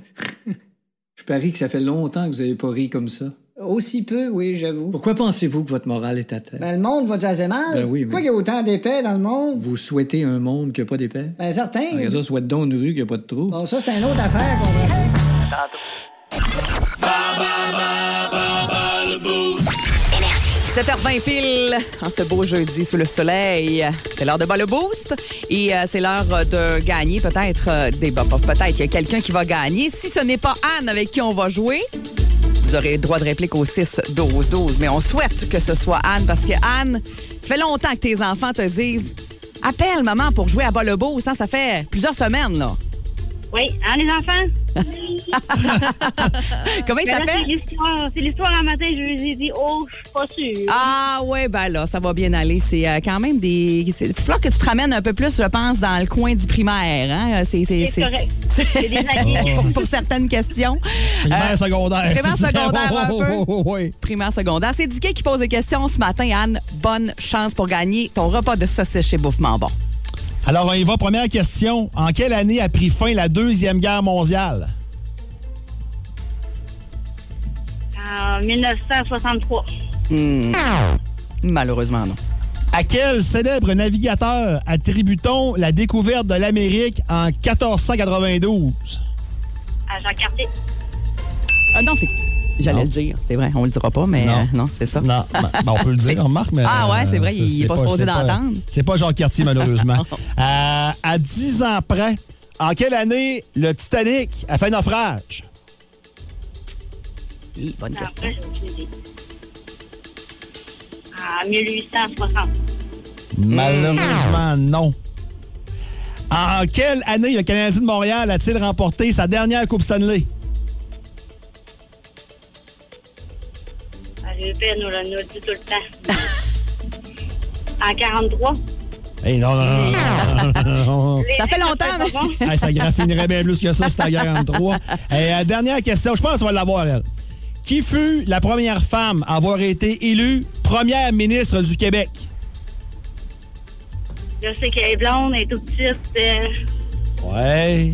H: je parie que ça fait longtemps que vous n'avez pas ri comme ça.
G: Aussi peu, oui, j'avoue.
H: Pourquoi pensez-vous que votre morale est à terre?
G: Ben, le monde va-tu assez mal?
H: Ben oui, mais-
G: Pourquoi il y a autant d'épais dans le monde?
H: Vous souhaitez un monde qui n'a pas d'épais?
G: Ben, certain.
H: Regarde ça, souhaite donc une rue qui n'a pas de trou.
G: Bon, ça, c'est une autre affaire qu'on va-
B: Énergie.
D: 7h20 pile, en ce beau jeudi sous le soleil. C'est l'heure de bas le boost et euh, c'est l'heure euh, de gagner peut-être euh, des bas. Pas Peut-être il y a quelqu'un qui va gagner. Si ce n'est pas Anne avec qui on va jouer, vous aurez droit de réplique au 6-12-12. Mais on souhaite que ce soit Anne parce que Anne, ça fait longtemps que tes enfants te disent Appelle maman pour jouer à bas le boost. hein. ça fait plusieurs semaines. là.
I: Oui, hein, les enfants?
D: Comment
I: Mais
D: il
I: là, c'est
D: s'appelle?
I: l'histoire. C'est l'histoire un matin, je vous ai dit, oh, je suis pas sûre.
D: Ah ouais, ben là, ça va bien aller. C'est euh, quand même des... c'est- Il va falloir que tu te ramènes un peu plus, je pense, dans le coin du primaire. Hein? C'est- c'est-
I: c'est
D: c'est-
I: correct. C'est des années.
D: pour certaines questions. Euh,
E: Primaire, secondaire.
D: primaire,
E: c'est différent.
D: secondaire, un peu.
E: Oh, oh, oh, oui.
D: Primaire, secondaire. C'est Dicky qui pose des questions ce matin. Anne, bonne chance pour gagner ton repas de saucisse chez Bouffement Bon.
E: Alors, on y va. Première question. En quelle année a pris fin la Deuxième Guerre mondiale?
I: En 1963.
D: Hmm. Malheureusement, non.
E: À quel célèbre navigateur attribue-t-on la découverte de l'Amérique en 1492?
I: À Jean Cartier.
D: Ah non, c'est... J'allais
E: Non.
D: le dire, c'est vrai. On le dira pas, mais euh,
E: Non.
D: non, c'est ça.
E: Non, ben, ben, on peut le dire, remarque, mais.
D: Ah ouais, c'est vrai,
E: euh,
D: il est pas supposé
E: c'est
D: d'entendre.
E: C'est pas Jean Cartier, malheureusement. Euh, à 10 ans près, en quelle année le Titanic a fait naufrage?
D: Hi, bonne question.
I: Après, j'ai aucune idée. En 1860.
E: Malheureusement, non. En quelle année le Canadien de Montréal a-t-il remporté sa dernière Coupe Stanley?
I: Ah, Le père nous l'a nous le dit tout le temps. en 43.
E: Eh non, non, non, non, non, non, non, non.
D: Ça fait longtemps, mais...
E: Hey, ça graffinerait bien plus que ça, c'est à 43. Et, euh, dernière question, je pense qu'on va l'avoir, elle. Qui fut la première femme à avoir été élue première ministre du Québec?
I: Je sais qu'elle est blonde, elle est toute petite. euh,
E: Ouais.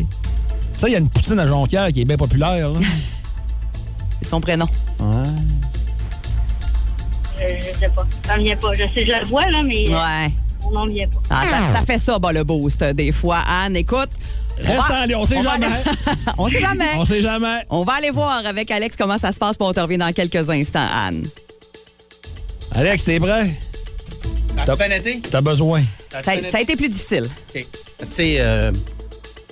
E: Ça, il y a une poutine à Jonquière qui est bien populaire. là.
D: Son prénom.
I: je, euh, je sais pas. Ça me vient pas. Je sais, je la vois, là, mais euh,
D: Ouais.
I: on n'en vient pas.
D: Ah, ça, ça fait ça, bas le boost, euh, des fois. Anne, écoute.
E: Reste
D: va-
E: en ligne, on sait
D: va
E: jamais.
D: aller- on sait jamais.
E: On sait jamais.
D: On va aller voir avec Alex comment ça se passe, pour on te revient dans quelques instants, Anne.
E: Alex, t'es prêt?
C: T'as bien été?
E: T'as besoin.
C: T'as
D: Ça,
C: bien été?
D: ça a été plus difficile.
C: Tu sais, euh,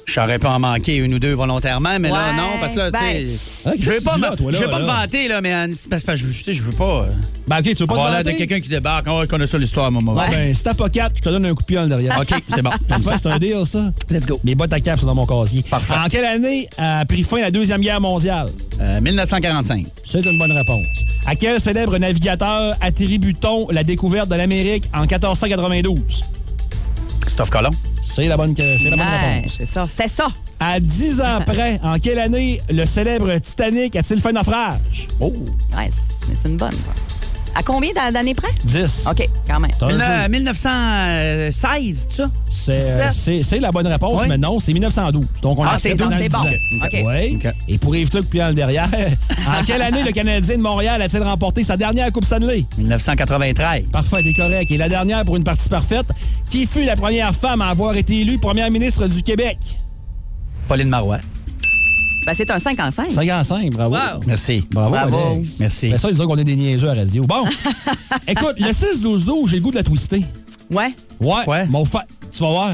C: j'aurais pas en manqué une ou deux volontairement, mais là,
D: Ouais,
C: non, parce que là,
D: ben-
C: tu
E: Hein,
C: sais.
E: qu'est-ce
C: Je
E: que
C: veux
E: tu
C: pas,
E: dis là,
C: me-
E: toi, là,
C: je veux pas
E: là?
C: me vanter, là, mais en- c'est parce que je, tu sais, je veux pas euh,
E: Ben, OK, tu veux pas
C: avoir
E: te
C: l'air de
E: vanter?
C: quelqu'un qui débarque. Oh, qu'on a ça l'histoire, mon moment.
E: Ah, ben, si t'as pas quatre, je te donne un coup de pion derrière.
C: OK, c'est bon.
E: Comme ça, c'est un deal, ça.
C: Let's go.
E: Mes bottes à cap sont dans mon casier.
C: Parfait.
E: En quelle année a pris fin la Deuxième Guerre mondiale?
C: Euh, 1945.
E: C'est une bonne réponse. À quel célèbre navigateur attribue-t-on la découverte de l'Amérique en 1492?
C: Christophe Colomb.
E: C'est la bonne, c'est la bonne
D: Ouais,
E: réponse.
D: c'est ça. C'était ça.
E: À 10 ans près, en quelle année le célèbre Titanic a-t-il fait naufrage? Oh,
D: Ouais, c'est une bonne, ça. À combien d'a- d'années près?
E: 10.
D: OK, quand même.
E: T'as un
C: Mille-
E: jeu.
C: euh, 1916, tu ça?
E: C'est, euh,
C: Sept.
E: c'est- c'est la bonne réponse,
C: Oui.
E: mais non, c'est 1912. Donc, on
C: Ah,
E: a
C: c'est
E: dans
C: bon,
E: le
C: c'est
E: 10
C: bon.
E: ans.
D: OK.
E: Ouais.
C: OK.
E: Et pour éviter le puant derrière, en quelle année le Canadien de Montréal a-t-il remporté sa dernière Coupe Stanley?
C: 1993.
E: Parfait, t'es correct. Et la dernière pour une partie parfaite, qui fut la première femme à avoir été élue première ministre du Québec?
C: Pauline Marois.
D: Ben, c'est un 5 en 5.
E: 55, bravo.
F: Wow.
C: Merci.
E: Bravo,
D: Bravo.
E: Alex.
C: Merci.
E: Mais ça, ils disent qu'on est des niaiseux à la radio. Bon, écoute, le 6-12-12, j'ai le goût de la twister.
D: Ouais.
E: Ouais,
C: Ouais.
E: mon fa... Tu vas voir.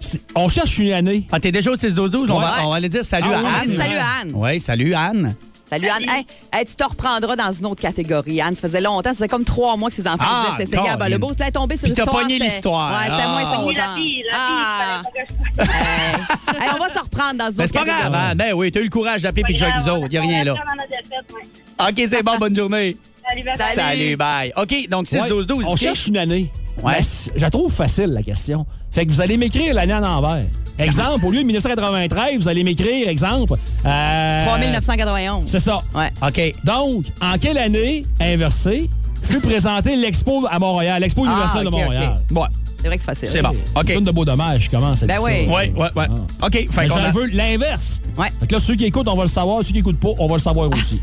E: C'est- On cherche une année.
C: Ah, t'es déjà au 6-12-12? On,
E: Ouais.
C: va, on va aller dire salut
E: Ah
C: à
E: oui,
C: Anne.
E: c'est
D: Salut, Anne.
G: Ah,
C: Oui, salut Anne.
D: Salut, Anne. Hey, hey, tu te reprendras dans une autre catégorie, Anne. Ça faisait longtemps, ça faisait comme trois mois que ses enfants
C: Ah,
D: disaient de s'essayer à bas le beau. Là, elle est tombée sur
C: Puis t'as
D: l'histoire.
C: pogné
D: c'était-
C: l'histoire.
D: Ouais, c'était
C: Ah.
D: moins son
I: Oui, la
D: genre.
I: vie, la vie,
D: Ah.
I: fallait pas que je-
D: Hey, on va se reprendre dans une
C: Mais c'est
D: autre
C: pas
D: catégorie.
C: grave, hein? Ben oui, t'as eu le courage d'appeler puis de jouer avec nous autres. Il a rien là.
I: On apprend dans notre défaite, ouais.
C: OK, c'est bon. Bonne journée.
I: Salut, bye-bye.
D: Salut.
C: Salut, bye. OK, donc 6-12-12.
E: On
C: OK?
E: cherche une année.
C: Ouais.
E: Mais c- je la trouve facile, la question. Fait que vous allez m'écrire l'année en envers. Exemple, au lieu de 1993, vous allez m'écrire, exemple. euh,
D: 3991.
E: C'est ça.
D: Ouais.
C: OK.
E: Donc, en quelle année inversée fut présentée l'expo à Montréal, l'expo
D: Ah,
E: universelle
D: ok,
E: de Montréal?
C: Ouais,
D: C'est vrai que c'est facile.
C: c'est bon. OK.
E: Une de beau dommage, je commence à
D: Ben
E: dire ça.
D: oui.
C: Ouais, ouais, ouais.
E: Ah.
C: OK, fait
E: Mais
C: qu'on
E: j'en
C: a-
E: veux l'inverse.
D: Ouais.
E: Fait que là, ceux qui écoutent, on va le savoir. Ceux qui écoutent pas, on va le savoir aussi.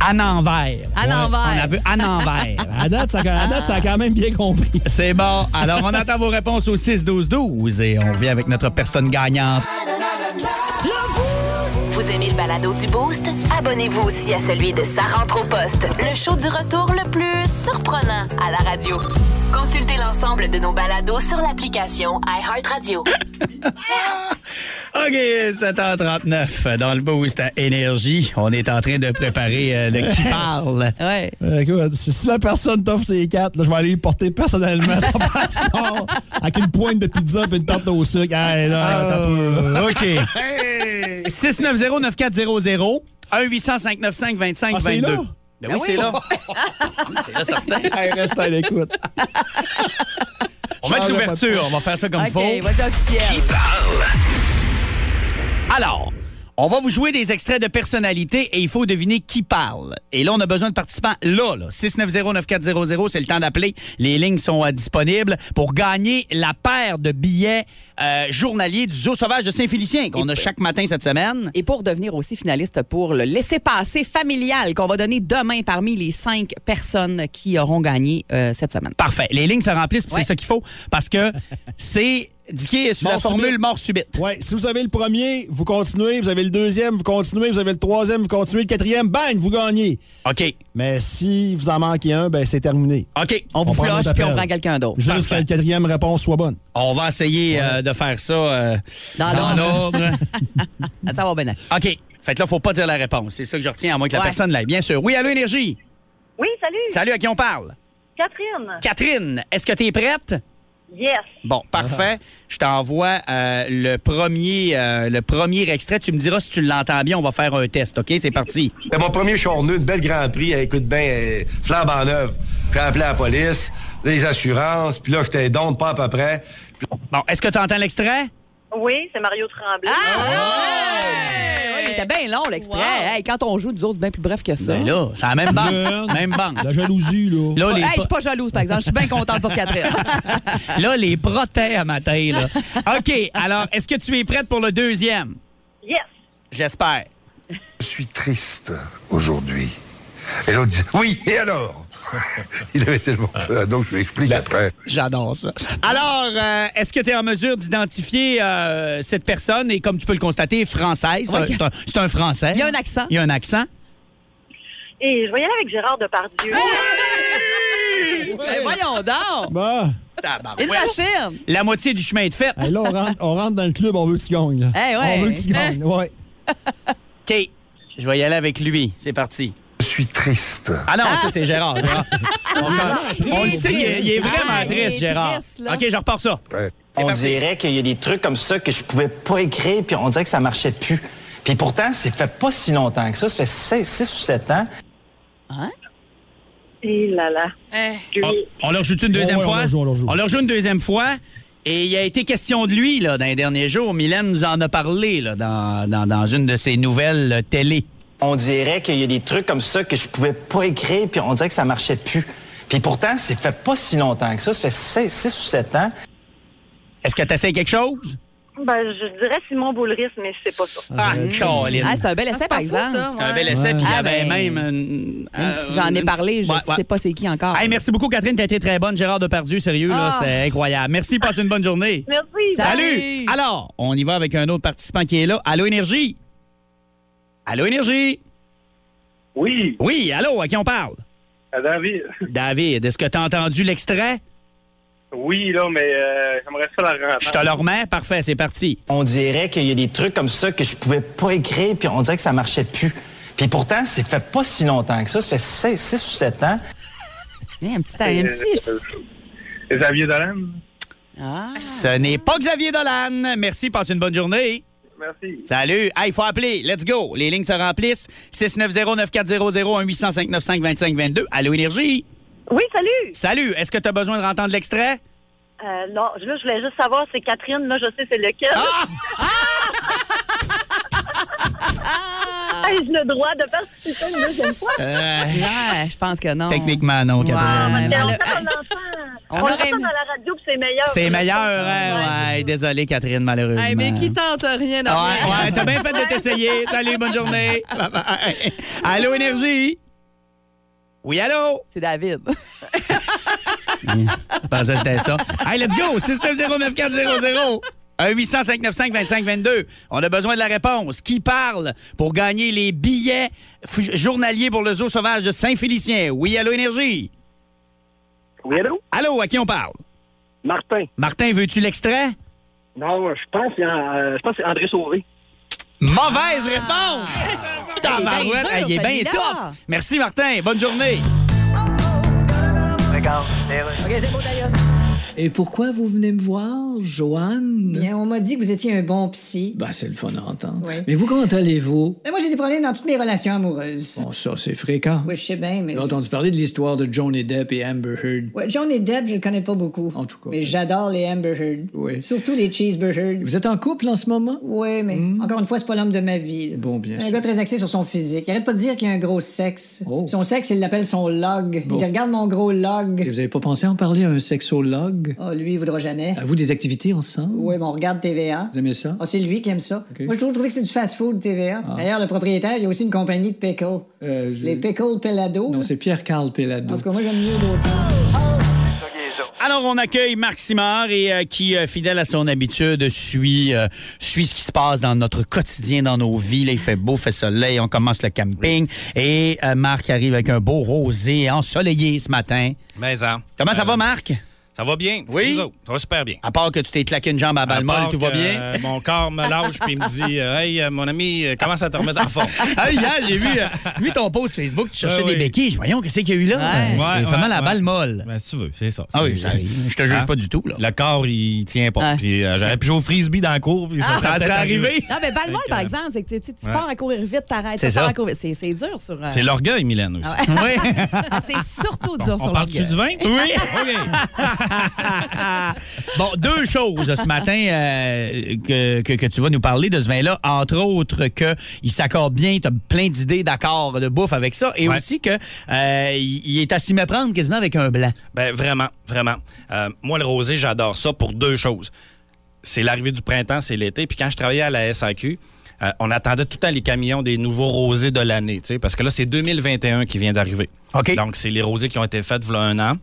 C: à l'envers.
D: À l'envers.
C: On a vu à l'envers.
E: À date, ça, à date, ça a quand même bien compris.
C: C'est bon. Alors, on attend vos réponses au 6-12-12 et on revient avec notre personne gagnante.
B: Vous aimez le balado du Boost? Abonnez-vous aussi à celui de Sa rentre au poste, le show du retour le plus surprenant à la radio. Consultez l'ensemble de nos balados sur l'application iHeartRadio.
C: OK, 7h39 dans le boost à Énergie. On est en train de préparer euh, le qui parle.
D: Ouais.
E: Euh, Écoute, si, si la personne t'offre ses quatre, là, je vais aller porter personnellement son passeport avec une pointe de pizza et une tarte au sucre. Hey, là, attends un peu,
D: Euh,
E: là.
C: OK. 690-9400, 1-800-595-2522.
E: Ah, c'est là?
C: Ben oui, c'est là. c'est là, certain.
E: Hey, reste à l'écoute.
C: On va mettre
E: Change de
C: l'ouverture, on va faire ça comme
D: OK,
C: faut.
D: vote officiel.
C: Alors, on va vous jouer des extraits de personnalités et il faut deviner qui parle. Et là, on a besoin de participants là. là 690-9400, c'est le temps d'appeler. Les lignes sont euh, disponibles pour gagner la paire de billets euh, journaliers du Zoo Sauvage de Saint-Félicien qu'on a chaque matin cette semaine.
D: Et pour devenir aussi finaliste pour le laisser-passer familial qu'on va donner demain parmi les cinq personnes qui auront gagné euh, cette semaine.
C: Parfait. Les lignes se remplissent, puis
D: Ouais.
C: c'est ça qu'il faut. Parce que c'est indiqué sur la
E: Mort
C: formule
E: subite.
C: mort subite.
E: Ouais, si vous avez le premier, vous continuez. Vous avez le deuxième, vous continuez. Vous avez le troisième, vous continuez. Le quatrième, bang, vous gagnez.
C: OK.
E: Mais si vous en manquez un, ben c'est terminé.
C: OK.
D: On vous
E: prend
D: floche
E: notre
D: puis on
E: appel.
D: prend quelqu'un d'autre.
E: Juste
C: Parfait.
E: que la quatrième réponse soit bonne.
C: On va essayer euh, de faire ça euh,
D: Dans
C: l'ordre.
D: Ça va bien. aller.
C: OK. Fait que là, faut pas dire la réponse. C'est ça que je retiens, à moins que la
D: Ouais.
C: personne l'aille. Bien sûr. Oui, allô, Énergie.
I: Oui, salut.
C: Salut, à qui on parle?
I: Catherine.
C: Catherine, est-ce que tu es prête?
I: Yes.
C: Bon,
E: Ah.
C: parfait. Je t'envoie euh, le, premier, euh, le premier extrait. Tu me diras si tu l'entends bien. On va faire un test, OK? C'est parti.
J: C'était mon premier chorneux, une belle Grand Prix, elle, écoute bien, elle, flambe en neuve. J'ai appelé la police, les assurances, puis là, j'étais don de pas à peu près.
C: Bon, est-ce que tu entends l'extrait?
I: Oui, c'est Mario Tremblay.
D: Ah! Hey! Ouais, mais était bien long, l'extrait.
F: Wow.
D: Hey, quand on joue, nous autres, c'est bien plus bref que ça.
C: Ben là, c'est la même banque.
E: Merde.
C: même banque.
E: La jalousie, là.
C: Ben, Là,
D: Pas-
C: les,
D: hey, je
C: po-
D: suis pas jalouse, par exemple. Je suis bien contente pour Catherine.
C: là, les protèges à matin. Là. OK, alors, est-ce que tu es prête pour le deuxième?
I: Yes.
C: J'espère.
J: Je suis triste aujourd'hui. Et l'autre dit, oui, et alors? Il avait tellement peur, donc je lui explique après.
C: J'adore ça. Alors, euh, est-ce que tu es en mesure d'identifier euh, cette personne? Et comme tu peux le constater, française. C'est un-
D: Ok.
C: c'est un, c'est un français.
D: Il y a un accent.
C: Il y a un accent.
I: Et je vais y aller avec Gérard Depardieu.
D: Ben voyons donc!
E: Bah,
D: Une machine!
C: La moitié du chemin est faite.
E: hey, là, on rentre, on rentre dans le club, on veut que tu gagnes. là.
D: Hey, ouais.
E: On veut que tu gagnes, ouais.
C: OK. Je vais y aller avec lui. C'est parti.
J: Je suis triste.
C: Ah non, ça, c'est Gérard. Gérard. On, on le sait, il est, il est vraiment
D: Ah, il est
C: triste, Gérard.
D: triste, là.
C: OK, je repars ça.
J: Ouais.
K: On dirait qu'il y a des trucs comme ça que je pouvais pas écrire, puis on dirait que ça marchait plus. Puis pourtant, ça fait pas si longtemps que ça, ça fait 6 ou 7 ans.
D: Hein?
I: Et là là.
F: Hey.
C: On, on leur joue une deuxième
E: Ouais, ouais, on
C: fois?
E: leur joue, on leur joue.
C: une deuxième fois. Et il a été question de lui là, dans les derniers jours. Mylène nous en a parlé là, dans, dans- dans une de ses nouvelles euh, télé.
K: On dirait qu'il y a des trucs comme ça que je pouvais pas écrire, puis on dirait que ça marchait plus. Puis pourtant, ça fait pas si longtemps que ça, ça fait 6 ou 7 ans.
C: Est-ce que tu quelque chose?
D: Ah.
I: Ben, je dirais Simon Boulris, mais c'est pas ça.
E: Euh,
C: Ah, Caroline.
D: Ah, c'est un bel essai,
F: C'est
D: par
F: pas fou,
D: exemple.
F: ça.
C: C'est un
F: ouais.
C: bel essai, puis il y
D: Ah,
C: avait
D: ben,
C: même. une-
D: Même
C: euh,
D: si j'en ai
C: une
D: parlé, je
C: petite- ouais, ouais.
D: sais pas c'est qui encore.
C: Hey, merci beaucoup, Catherine. T'as été très bonne. Gérard Depardieu, sérieux, là,
D: Ah.
C: c'est incroyable. Merci, passe une bonne journée.
I: Merci.
C: Salut!
D: Salut.
C: Alors, on y va avec un autre participant qui est là. Allô, Énergie? Allô, Énergie?
K: Oui,
C: Oui, allô, à qui on parle?
K: David.
C: David, est-ce que t'as entendu l'extrait?
K: Oui, là, mais euh, j'aimerais ça la
C: Je te le remets. Parfait, c'est parti.
K: On dirait qu'il y a des trucs comme ça que je pouvais pas écrire, puis on dirait que ça marchait plus. Puis pourtant, c'est fait pas si longtemps que ça. Ça fait 6 ou 7 ans.
D: un petit. Un petit...
L: Xavier Dolan.
D: Ah.
C: Ce n'est pas Xavier Dolan. Merci, passe une bonne journée.
L: Merci.
C: Salut. Ah, il faut appeler. Let's go. Les lignes se remplissent. 690-9400-1800-595-2522. Allô, Énergie.
M: Oui, salut.
C: Salut. Est-ce que tu as besoin de rentendre l'extrait?
D: Ah.
M: Euh, non, là, je voulais juste savoir, c'est Catherine, là, je sais c'est lequel.
D: Ah!
M: Hey, J'ai le droit de participer une deuxième fois.
C: Euh,
D: ouais, je pense que non.
C: Techniquement, non, Catherine.
M: Mais on entend, on
D: On
M: entend. On
D: aurait
M: entend dans la radio que c'est meilleur.
C: C'est meilleur, hein? Ouais, désolé, Catherine, malheureusement.
F: Hey, mais qui tente rien
C: Ouais,
F: dans rien.
C: ouais, t'as bien fait de t'essayer. Salut, bonne journée. Bye bye. Allô, Énergie? Oui, allô?
D: C'est David.
C: Je pensais que c'était ça. Hey, let's go! 690-9400. 1-800-595-2522. On a besoin de la réponse. Qui parle pour gagner les billets f- journaliers pour le zoo sauvage de Saint-Félicien? Oui, allô, Énergie?
L: Oui, allô?
C: Allô, à qui on parle?
L: Martin.
C: Martin, veux-tu l'extrait?
L: Non, je pense que euh, je pense que c'est André Sauvé.
C: Mauvaise réponse! Tabarouette,
L: dur,
C: hey, Ah! il est bien
L: celui-là.
C: tough! Merci, Martin. Bonne journée.
G: Et pourquoi vous venez me voir, Joanne?
H: Bien,
G: on m'a dit que vous étiez un bon psy.
H: Ben, c'est le fun à entendre.
G: Oui.
H: Mais vous, comment allez-vous?
G: Mais moi, j'ai des problèmes dans toutes mes relations amoureuses.
H: Bon, ça, c'est fréquent.
G: Oui, je sais bien, mais...
H: J'ai entendu parler de l'histoire de Johnny Depp et Amber Heard.
G: Ouais, Johnny Depp, je le connais pas beaucoup.
H: En tout cas.
G: Mais j'adore les Amber Heard.
H: Oui.
G: Surtout les Cheeseburgers.
H: Vous êtes en couple en ce moment? Hmm.
G: Oui, mais encore une fois, c'est pas l'homme de ma vie. là.
H: Bon, bien
G: un
H: sûr. Oh.
G: gars très axé sur son physique. Il arrête pas de dire qu'il a un gros sexe. Son sexe, il l'appelle son log.
H: Bon.
G: Il dit Regarde mon gros log.
H: Et vous avez pas pensé en parler à un sexologue?
G: Ah, lui, il voudra jamais.
H: À vous des activités ensemble?
G: Oui, mais on regarde TVA.
H: Vous aimez ça?
G: Ah, c'est lui qui aime ça.
H: Ok.
G: Moi, j'ai toujours trouvé que c'est du fast-food, TVA.
H: Ah.
G: D'ailleurs, le propriétaire, il y a aussi une compagnie de pickles.
H: Euh, je-
G: Les pickles Pelado.
H: Non, c'est Pierre-Carl Pellado.
G: En tout cas, moi, j'aime mieux d'autres choses.
C: Alors, on accueille Marc Simard et euh, qui, euh, fidèle à son habitude, suit, euh, suit ce qui se passe dans notre quotidien, dans nos vies. Là, il fait beau, fait soleil, on commence le camping. Et euh, Marc arrive avec un beau rosé ensoleillé ce matin.
N: Mais hein. Euh. ça.
C: Comment ça va, Marc?
N: Ça va bien.
C: Oui?
N: Nous autres, ça va super bien.
C: À part que tu t'es claqué une jambe à
N: À
C: Balmol,
N: part
C: tout va
N: que,
C: bien?
N: euh, mon corps me lâche puis il me dit euh, Hey, euh, mon ami, euh, commence à te remettre en forme.
C: Ah, hier, j'ai vu, euh, vu ton post Facebook, tu cherchais
N: Ah oui.
C: des béquilles. Je dis, Voyons, qu'est-ce qu'il y a eu là?
N: Ouais.
C: C'est
N: Ouais, ouais,
C: vraiment la
N: ouais.
C: balle molle.
N: Ben, si tu veux, c'est ça.
C: Ah oui,
N: C'est-
C: ça arrive. Je te juge
N: Hein?
C: pas du tout. Là.
N: Le corps, il tient pas.
C: Ouais.
N: Puis euh, j'aurais pu jouer au frisbee dans la cour. Puis ça,
C: Ah, ça
N: serait
C: serait
N: arrivé.
C: arrivé.
D: Non, mais Balmol,
N: Fait que,
D: par
N: euh,
D: exemple, c'est que tu, tu- tu
N: ouais.
D: pars à courir vite, t'arrêtes.
N: C'est
D: tu pars
N: ça.
D: à courir- C'est c'est dur sur. euh,
N: C'est l'orgueil, Mylène, aussi.
C: Oui.
D: Ah, c'est surtout
N: On-
D: dur
N: on
D: sur
N: parle-tu
D: l'orgueil.
N: du vin?
C: Oui.
N: OK.
C: Bon, deux choses ce matin euh, que, que- que tu vas nous parler de ce vin-là. Entre autres, qu'il s'accorde bien, tu as plein d'idées d'accords de bouffe avec ça. Et aussi que euh, il il est à s'y méprendre quasiment avec un blanc.
N: Ben, vraiment, vraiment. Euh, moi, le rosé, j'adore ça pour deux choses. C'est l'arrivée du printemps, c'est l'été. Puis quand je travaillais à la SAQ, euh, on attendait tout le temps les camions des nouveaux rosés de l'année, tu sais, parce que là, c'est 2021 qui vient d'arriver. Donc, c'est les rosés qui ont été faits voilà un an.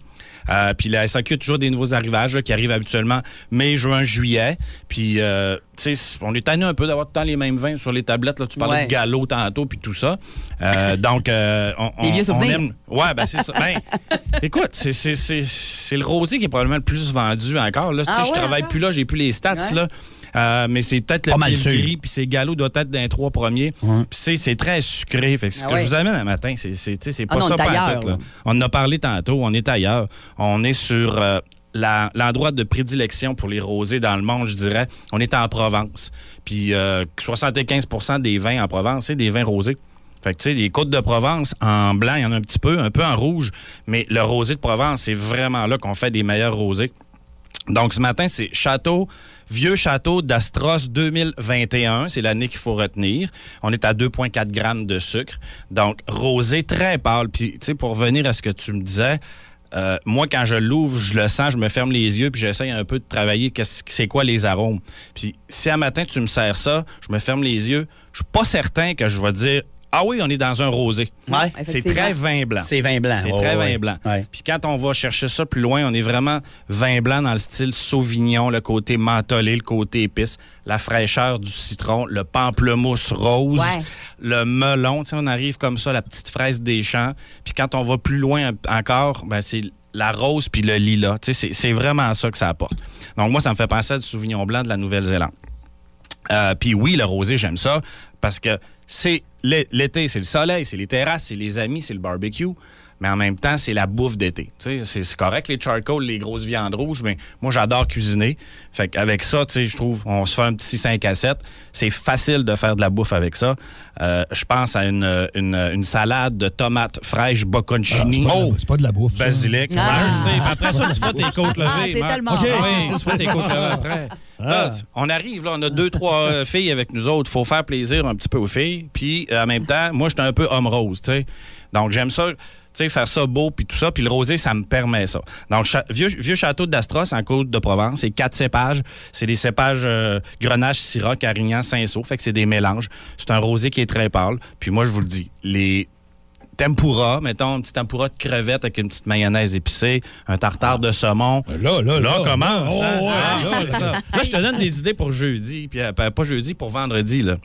N: Euh, puis la SAQ a toujours des nouveaux arrivages là, qui arrivent habituellement mai, juin, juillet. Puis, euh, tu sais, on est tanné un peu d'avoir tout le temps les mêmes vins sur les tablettes. Là. Tu parlais
D: Ouais.
N: de galop tantôt, puis tout ça. Euh, donc, euh, on,
D: Des
N: on-
D: vieux
N: on
D: souvenirs.
N: aime- Ouais, ben c'est ça. Ben, écoute, c'est- c'est- c'est c'est le rosé qui est probablement le plus vendu encore. Là. Tu sais,
D: Ah
N: je
D: ouais,
N: travaille
D: encore?
N: plus là, j'ai plus les stats.
D: Ouais.
N: Là. Euh, mais c'est peut-être le
C: Pas mal
N: plus
C: sûr.
N: gris, puis c'est galop doit être dans les trois premiers. Puis c'est- c'est très sucré. Fait que ce
D: Ah
N: que
D: ouais.
N: je vous amène un matin, c'est c'est- tu sais, c'est
D: Ah
N: pas
D: non, on
N: ça
D: est ailleurs,
N: tout,
D: là.
N: On en a parlé tantôt, on est ailleurs. On est sur euh, la- l'endroit de prédilection pour les rosés dans le monde, je dirais. On est en Provence. Puis euh, 75 des vins en Provence, c'est des vins rosés. Fait que, tu sais, les côtes de Provence, en blanc, il y en a un petit peu, un peu en rouge. Mais le rosé de Provence, c'est vraiment là qu'on fait des meilleurs rosés. Donc, ce matin, c'est Château, Vieux Château d'Astros 2021. C'est l'année qu'il faut retenir. On est à 2,4 grammes de sucre. Donc, rosé très pâle. Puis, tu sais, pour revenir à ce que tu me disais, euh, moi, quand je l'ouvre, je le sens, je me ferme les yeux, puis j'essaye un peu de travailler qu'est-ce- c'est quoi les arômes. Puis, si un matin, tu me sers ça, je me ferme les yeux, je suis pas certain que je vais dire Ah oui, on est dans un rosé.
C: Ouais.
N: C'est
C: Effectivement.
N: très vin blanc.
C: C'est vin blanc,
N: C'est
C: ouais,
N: très
C: ouais.
N: vin blanc. Hein? Puis quand on va chercher ça plus loin, on est vraiment vin blanc dans le style Sauvignon, le côté mentholé, le côté épice, la fraîcheur du citron, le pamplemousse rose,
O: Ouais.
N: le melon. Tu sais, on arrive comme ça, la petite fraise des champs. Puis quand on va plus loin encore, ben, c'est la rose puis le lilas. Tu sais, c'est- c'est vraiment ça que ça apporte. Donc moi, ça me fait penser à du Sauvignon blanc de la Nouvelle-Zélande. Euh, Puis oui, le rosé, j'aime ça parce que c'est l'é- l'été, c'est le soleil, c'est les terrasses, c'est les amis, c'est le barbecue. Mais en même temps, c'est la bouffe d'été. Tu sais, C'est c'est correct, les charcoals, les grosses viandes rouges, mais moi, j'adore cuisiner. Fait qu'avec ça, tu sais, je trouve, on se fait un petit 5 à 7. C'est facile de faire de la bouffe avec ça. Euh, je pense à une, une- une salade de tomates fraîches bocconcini. Oh!
O: Ah, c'est pas de la bouffe. ça.
N: Basilic.
O: Ah.
N: Ouais, je sais. Après ça, tu fais tes côtes levées.
O: Ah, c'est
N: Marc.
O: tellement bon.
N: Oui, tu fais tes côtes levées après. Là, tu- on arrive, là, on a deux, trois euh, filles avec nous autres. faut faire plaisir un petit peu aux filles. Puis, euh, en même temps, moi, j'étais un peu homme rose, tu sais. Donc, j'aime ça, tu sais, faire ça beau, puis tout ça. Puis le rosé, ça me permet ça. Donc, cha- vieux, vieux château d'Astros, en Côte-de-Provence, c'est quatre cépages. C'est des cépages euh, Grenache, Syrah, Carignan, Cinsault. Fait que c'est des mélanges. C'est un rosé qui est très pâle. Puis moi, je vous le dis, les tempura, mettons, un petit tempura de crevettes avec une petite mayonnaise épicée, un tartare de saumon.
O: Là, là, là,
N: commence.
O: oh,
N: hein?
O: ouais,
N: Ah,
O: là,
N: c'est ça. Là, je te donne des idées pour jeudi, puis euh, pas jeudi, pour vendredi. Là.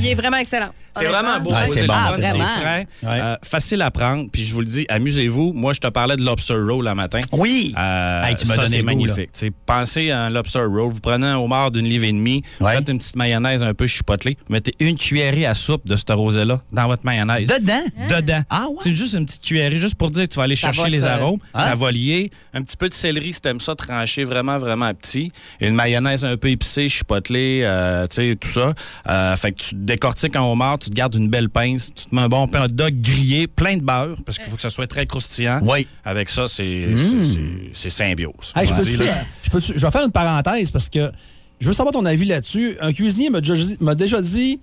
F: Il est vraiment excellent.
N: C'est vraiment beau.
F: Ah,
N: c'est le fun, c'est frais, euh, facile à prendre. Puis je vous le dis, amusez-vous. Moi, je te parlais de lobster roll le matin.
C: Oui.
N: Euh,
C: Hey, tu m'as
N: ça,
C: donné le
N: c'est
C: goût,
N: magnifique. Tu sais, pensez à un lobster roll. Vous prenez un homard d'une livre et demie, vous faites une petite mayonnaise un peu chipotelée, vous mettez une cuillerée à soupe de ce rosé-là dans votre mayonnaise.
C: Hein? Dedans? Ah
N: Dedans. C'est juste une petite cuillerée, juste pour dire que tu vas aller
C: Ça
N: chercher
C: va
N: les
C: se-
N: arômes.
C: Hein?
N: Ça va lier. Un petit peu de céleri, si t'aimes ça, tranché vraiment, vraiment petit. Une mayonnaise un peu épicée, chipotelée, euh, tu sais, tout ça. Euh, fait que tu te décortiques en homard, tu te gardes une belle pince, tu te mets un bon pain de dog grillé, plein de beurre, parce qu'il faut que ça soit très croustillant.
C: Oui.
N: Avec ça, c'est
E: Mm.
N: c'est- c'est- c'est symbiose.
E: Hey, je,
N: On
E: peux-tu,
N: dit, là.
E: euh, je, peux-tu- je vais faire une parenthèse parce que je veux savoir ton avis là-dessus. Un cuisinier m'a déjà, dit- m'a déjà dit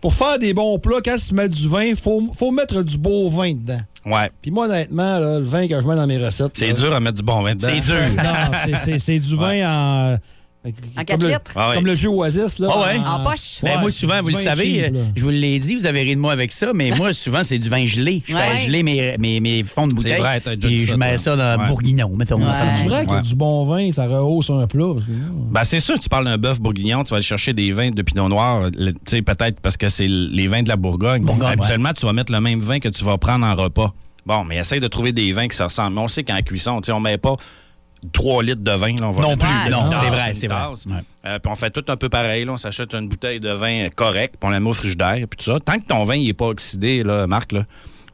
E: pour faire des bons plats, quand tu mets du vin, faut, faut mettre du beau vin dedans.
N: Ouais.
E: Puis moi, honnêtement, là, le vin que je mets dans mes recettes.
N: C'est
E: là,
N: dur à mettre du bon vin dedans.
E: Non, c'est- c'est- c'est du vin en.
D: En quatre
E: comme le,
D: litres.
N: Ah ouais.
E: Comme le jus Oasis. Là,
C: Ah ouais? Ben,
E: Ouais,
C: moi,
E: c'est
C: souvent,
E: du
C: vous le
E: vin
C: savez,
E: cheap,
C: euh,
E: là.
C: je vous l'ai dit, vous avez ri de moi avec ça, mais moi, souvent, c'est du vin gelé. Je
E: Ouais.
C: fais geler mes, mes, mes fonds de
E: C'est
C: bouteille.
E: vrai, t'as déjà
C: puis
E: dit
C: je
E: ça,
C: mets
E: toi.
C: ça dans
E: Ouais.
C: un bourguignon, mettons.
E: C'est vrai que
N: Ouais.
E: du bon vin, ça rehausse un plat. parce que,
N: Ben, c'est sûr, tu parles d'un bœuf bourguignon, tu vas aller chercher des vins de pinot noir, le- tu sais, peut-être parce que c'est l- les vins de la Bourgogne.
C: Bourgogne,
N: Habituellement, tu vas mettre le même vin que tu vas prendre en repas. Bon, mais essaye de trouver des vins qui se ressemblent. Mais on sait qu'en cuisson, tu sais, on met pas 3 litres de vin. Ah, là, on va
C: Non
N: mettre
C: plus,
N: une
C: non,
N: tasse,
C: c'est vrai,
N: une
C: c'est vrai.
N: tasse. Euh, puis on fait tout un peu pareil. là. On s'achète une bouteille de vin correct, puis on la met au frigidaire, puis tout ça. Tant que ton vin il est pas oxydé, là, Marc, là,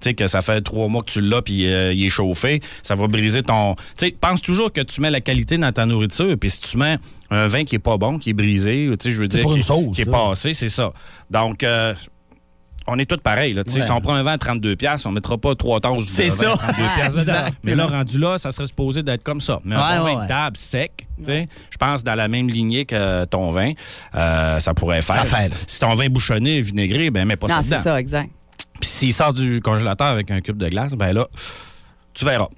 N: tu sais, que ça fait trois mois que tu l'as, puis euh, il est chauffé, ça va briser ton... Tu sais, pense toujours que tu mets la qualité dans ta nourriture, puis si tu mets un vin qui est pas bon, qui est brisé, tu sais, je veux
E: C'est
N: dire,
E: pour
N: qui,
E: une sauce,
N: qui est
E: là.
N: passé, c'est ça. Donc... euh, on est tous pareils. Là, tu sais,
E: Ouais.
N: Si on prend un vin à 32 pièces, on mettra pas trois tasses de
E: C'est
N: vin à
E: ça.
N: 32 piastres dedans.
E: Exactement.
N: Mais là, rendu là, ça serait supposé d'être comme ça. Ah, Mais
E: Ouais,
N: un bon
E: ouais,
N: vin
E: ouais.
N: de table sec, tu sais, je pense dans la même lignée que ton vin, euh, ça pourrait faire.
D: Ça fait, là.
N: Si ton vin bouchonné, vinaigré, ben mets pas
D: Non,
N: ça
D: c'est
N: dedans.
D: ça, exact.
N: Puis s'il sort du congélateur avec un cube de glace, ben là, tu verras.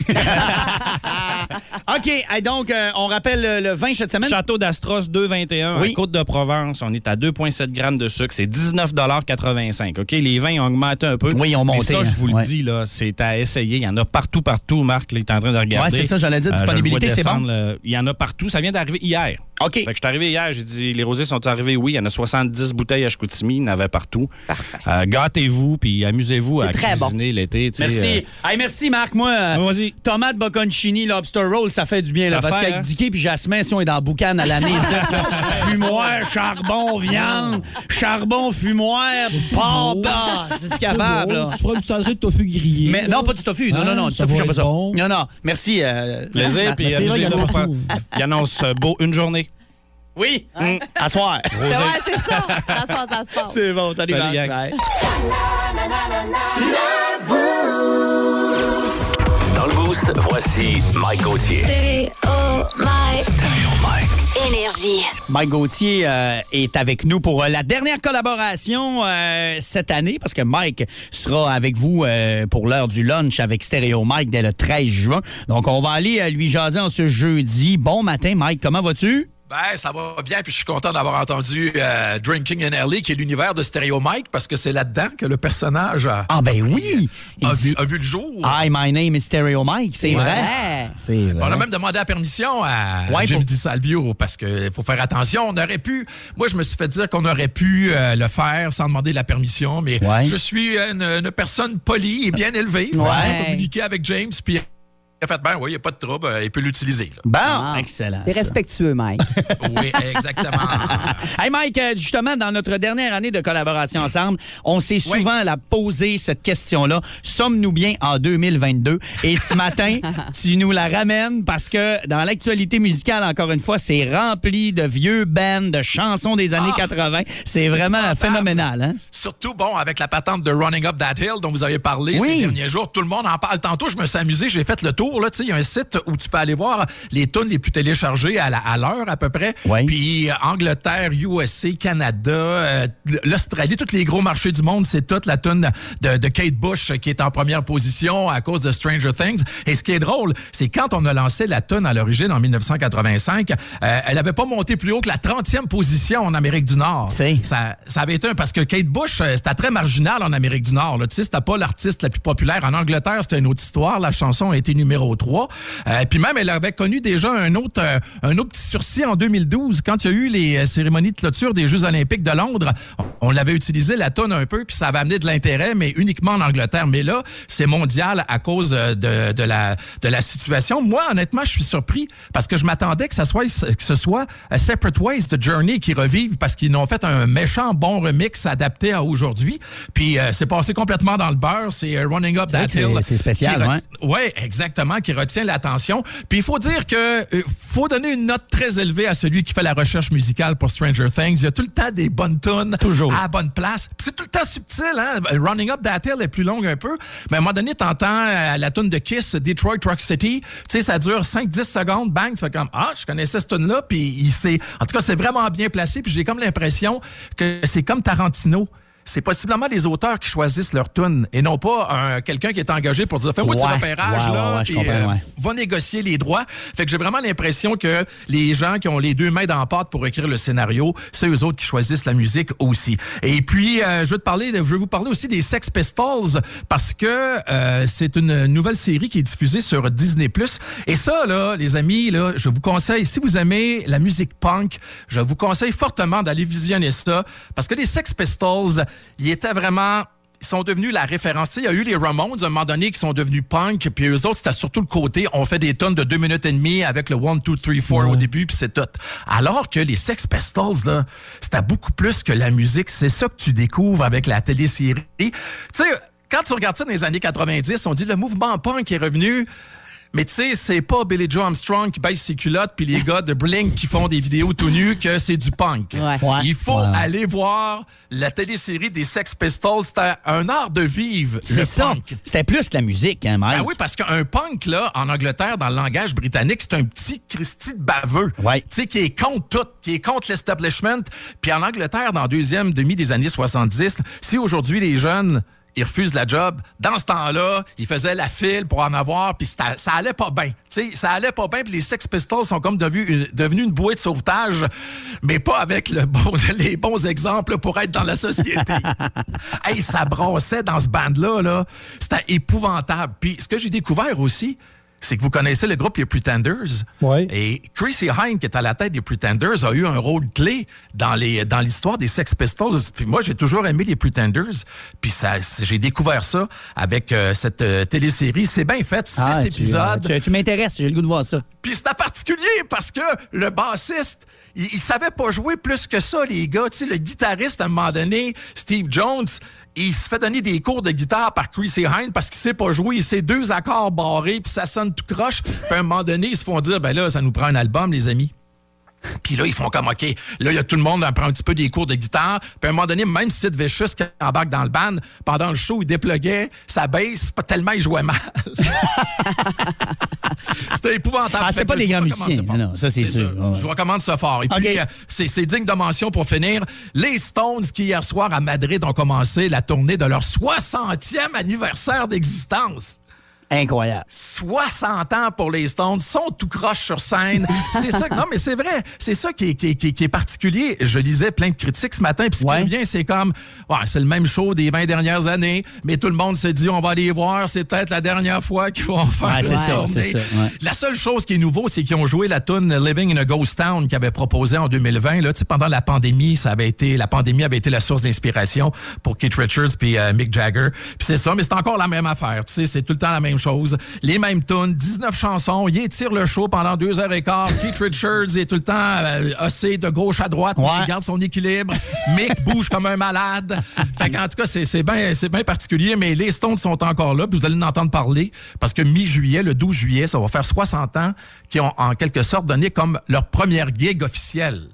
C: OK, hey, donc, euh, on rappelle euh, le vin cette semaine.
N: Château d'Astros 221
C: Oui.
N: à Côte-de-Provence. On est à 2,7 grammes de sucre. C'est 19,85 OK? Les vins ont augmenté un peu.
C: Oui, ils ont
N: Mais
C: monté,
N: ça, je
C: hein,
N: vous le
C: ouais.
N: dis, là, c'est à essayer. Il y en a partout, partout. Marc, là, il est en train de regarder. Euh,
C: Ouais, c'est ça, j'allais dire,
N: je le vois
C: disponibilité, c'est bon?
N: descendre, là. Il y en a partout. Ça vient d'arriver hier.
C: OK.
N: Fait que je suis arrivé hier, j'ai dit, les rosés sont arrivés, oui. Il y en a 70 bouteilles à Chicoutimi. Il y en avait partout. Parfait. gâtez-vous, puis amusez-vous à
C: très bon.
N: cuisiner l'été. tu sais,
C: Merci.
N: euh, Ah,
C: Hey, merci, Marc. Moi, euh, tomate bocconcini, lobster roll, ça fait du bien.
N: Ça
C: Là, parce
N: fait,
C: qu'avec
N: hein?
C: Dicky puis Jasmin, si on est dans la boucane à l'année, ça, là, fumoir, charbon, viande, charbon, fumoir, porc, bah, c'est capable. là.
E: Tu feras du tendré de tofu grillé.
N: Mmh.
C: Mais non, pas du tofu. Non, non,
N: Hein?
C: non, du
E: ça
C: tofu,
E: va
C: j'aime pas
E: être
C: ça.
E: bon.
C: Non, non. Merci. euh,
N: Plaisir,
C: Marc.
N: puis
C: Merci, là, il y en a
N: amusez-vous.
C: partout.
N: Il annonce euh, beau une journée.
C: Oui, à soir.
N: Mmh. Rosé.
P: c'est ça. Ça, ça, ça se passe.
C: C'est bon, salut,
N: Salut,
C: Marc.
N: gang.
C: Bye.
A: Dans le boost, voici Mike Gauthier.
B: Énergie.
C: Mike Gauthier euh, est avec nous pour euh, la dernière collaboration euh, cette année, parce que Mike sera avec vous euh, pour l'heure du lunch avec Stereo Mike dès le 13 juin. Donc, on va aller euh, lui jaser en ce jeudi. Bon matin, Mike, comment vas-tu?
Q: Ben, ça va bien, puis je suis content d'avoir entendu euh, Drinking in Early, qui est l'univers de Stereo Mike, parce que c'est là-dedans que le personnage a,
C: Ah ben oui!
Q: a vu, a vu le jour.
C: Hi, my name is Stereo Mike, c'est
Q: Ouais.
C: vrai? C'est vrai.
Q: On a même demandé la permission à
C: Ouais,
Q: Jim
C: pour-
Q: Di Salvio parce qu'il faut faire attention. On aurait pu, moi je me suis fait dire qu'on aurait pu euh, le faire sans demander la permission, mais je suis une, une personne polie et bien élevée. Fait que
C: Ouais.
Q: J'ai communiqué avec James puis Il a fait, ben oui, il n'y a pas de trouble, euh, il peut l'utiliser. là.
C: Bon, excellent.
D: T'es respectueux, Mike.
Q: Oui, exactement.
C: Hey Mike, euh, justement, dans notre dernière année de collaboration ensemble, on s'est souvent la posé cette question-là. Sommes-nous bien en 2022? Et ce matin, tu nous la ramènes parce que dans l'actualité musicale, encore une fois, c'est rempli de vieux bands, de chansons des
Q: Ah!
C: années 80. C'est vraiment phénoménal. Hein?
Q: Surtout, bon, avec la patente de Running Up That Hill dont vous avez parlé
C: Oui.
Q: ces derniers jours, tout le monde en parle. Tantôt, je me suis amusé, j'ai fait le tour. là. Tu sais, Il y a un site où tu peux aller voir les tunes les plus téléchargées à la- à l'heure à, peu près. Puis euh, Angleterre, USA, Canada, euh, l'Australie, tous les gros marchés du monde, c'est toute la tune de, de Kate Bush euh, qui est en première position à cause de Stranger Things. Et ce qui est drôle, c'est quand on a lancé la tune à l'origine en 1985, euh, elle n'avait pas monté plus haut que la 30e position en Amérique du Nord. Ça, ça avait été un... Parce que Kate Bush, euh, c'était très marginal en Amérique du Nord. là. Tu sais, c'était pas l'artiste la plus populaire. En Angleterre, c'était une autre histoire. La chanson a été numéro 3. Euh, puis même, elle avait connu déjà un autre, euh, un autre petit sursis en 2012 quand il y a eu les euh, cérémonies de clôture des Jeux olympiques de Londres. On on l'avait utilisé la tonne un peu, puis ça avait amené de l'intérêt, mais uniquement en Angleterre. Mais là, c'est mondial à cause euh, de, de la, de la situation. Moi, honnêtement, je suis surpris parce que je m'attendais que, ça soit, que ce soit euh, Separate Ways de Journey qui revive parce qu'ils ont fait un méchant bon remix adapté à aujourd'hui. Puis euh, c'est passé complètement dans le beurre. C'est euh, Running Up That
C: vrai que
Q: Hill.
C: c'est- c'est spécial,
Q: qui
C: ouais.
Q: reti- oui, exactement, qui retient l'attention. Puis il faut dire que euh, faut donner une note très élevée à celui qui fait la recherche musicale pour Stranger Things. Il y a tout le temps des bonnes tunes à la bonne place. Puis c'est tout le temps subtil, hein? Running Up That Hill est plus longue un peu. Mais à un moment donné, t'entends euh, la tune de Kiss, Detroit Rock City. Tu sais, ça dure 5-10 secondes, bang, tu fais comme Ah, je connaissais cette tune-là. Puis il s'est. En tout cas, c'est vraiment bien placé. Puis j'ai comme l'impression que c'est comme Tarantino. C'est possiblement les auteurs qui choisissent leur tune et non pas un- quelqu'un qui est engagé pour dire fais-moi du
C: Ouais.
Q: repérage
C: Ouais,
Q: là,
C: ouais, ouais, je
Q: puis, euh,
C: comprends, ouais.
Q: va négocier les droits. Fait que j'ai vraiment l'impression que les gens qui ont les deux mains dans la pâte pour écrire le scénario, c'est eux autres qui choisissent la musique aussi. Et puis, euh, je, veux te parler de- je veux vous parler aussi des Sex Pistols parce que euh, c'est une nouvelle série qui est diffusée sur Disney+. Et ça, là, les amis, là, je vous conseille, si vous aimez la musique punk, je vous conseille fortement d'aller visionner ça parce que les Sex Pistols, ils étaient vraiment ils sont devenus la référence. Tu sais, Il y a eu les Ramones, à un moment donné, qui sont devenus punk, puis eux autres, c'était surtout le côté, on fait des tonnes de deux minutes et demie avec le 1, 2, 3, 4 au début, puis c'est tout. Alors que les Sex Pistols, là, c'était beaucoup plus que la musique. C'est ça que tu découvres avec la télésérie. Tu sais, quand tu regardes ça dans les années 90, on dit le mouvement punk est revenu. Mais tu sais, c'est pas Billy Joe Armstrong qui baisse ses culottes puis les gars de Blink qui font des vidéos tout nus que c'est du punk. Il faut
C: Ouais, ouais.
Q: aller voir la télésérie des Sex Pistols. C'était un art de vivre, le
C: C'est ça.
Q: punk.
C: C'était plus la musique, hein, Mike?
Q: Ben oui, parce qu'un punk, là, en Angleterre, dans le langage britannique, c'est un petit Christy de baveux. Tu sais, qui est contre tout, qui est contre l'establishment. Puis en Angleterre, dans la deuxième demi des années 70, si aujourd'hui les jeunes. Ils refusent la job. Dans ce temps-là, ils faisaient la file pour en avoir, puis ça, ça allait pas bien. Tu sais, ça allait pas bien, puis les Sex Pistols sont comme devenus une, devenus une bouée de sauvetage, mais pas avec le bon- les bons exemples pour être dans la société. hey, ça brossait dans ce band-là. Là. C'était épouvantable. Puis ce que j'ai découvert aussi, c'est que vous connaissez le groupe Les Pretenders. Et Chrissy Hine, qui est à la tête des Pretenders, a eu un rôle clé dans, les, dans l'histoire des Sex Pistols. Puis moi, j'ai toujours aimé les Pretenders. Puis ça, c'est- j'ai découvert ça avec euh, cette euh, télésérie. C'est bien fait, six
C: Ah, tu-
Q: épisodes.
C: Tu, tu m'intéresses, j'ai le goût de voir ça.
Q: Puis c'était particulier parce que le bassiste, il, il savait pas jouer plus que ça, les gars. Tu sais, le guitariste, à un moment donné, Steve Jones, il se fait donner des cours de guitare par Chrissy Hine parce qu'il sait pas jouer. Il sait deux accords barrés, puis ça sonne tout croche. Puis à un moment donné, ils se font dire, ben là, ça nous prend un album, les amis. Puis là, ils font comme, OK, là, il y a tout le monde qui prend un petit peu des cours de guitare. Puis à un moment donné, même Sid Vicious qui embarque dans le band, pendant le show, il dépluguait sa bass, pas tellement il jouait mal. C'était épouvantable.
C: Ah, c'était
Q: Fait
C: pas
Q: que
C: des
Q: je
C: grands
Q: vous recommande
C: musiciens.
Q: fort.
C: Non, non, ça, c'est sûr. Ouais.
Q: Je vous recommande ça fort. Et puis, euh, c'est c'est digne de mention pour finir. Les Stones qui, hier soir à Madrid, ont commencé la tournée de leur 60e anniversaire d'existence.
C: Incroyable.
Q: 60 ans pour les Stones, sont tout croche sur scène. C'est ça, que- non mais c'est vrai, c'est ça qui est, qui est- qui est- qui est particulier. Je lisais plein de critiques ce matin, puis ce qui revient, c'est comme, ouais, c'est le même show des 20 dernières années, mais tout le monde se dit, on va les voir, c'est peut-être la dernière fois qu'ils vont faire
C: Ouais, c'est
Q: la
C: ça,
Q: tournée.
C: c'est ça, ouais.
Q: La seule chose qui est nouveau, c'est qu'ils ont joué la tune Living in a Ghost Town qu'ils avaient proposée en 2020. Là, tu sais, pendant la pandémie, ça avait été, la pandémie avait été la source d'inspiration pour Keith Richards puis euh, Mick Jagger. Puis c'est ça, mais c'est encore la même affaire. tu sais, C'est tout le temps la même chose, les mêmes tunes, 19 chansons. Il étire le show pendant deux heures et quart. Keith Richards est tout le temps euh, haussé de gauche à droite. mais Il garde son équilibre. Mick bouge comme un malade. Fait qu'en tout cas, c'est c'est bien c'est bien particulier, mais les Stones sont encore là. Puis vous allez en entendre parler parce que mi-juillet, le 12 juillet, ça va faire 60 ans qu'ils ont en quelque sorte donné comme leur première gig officielle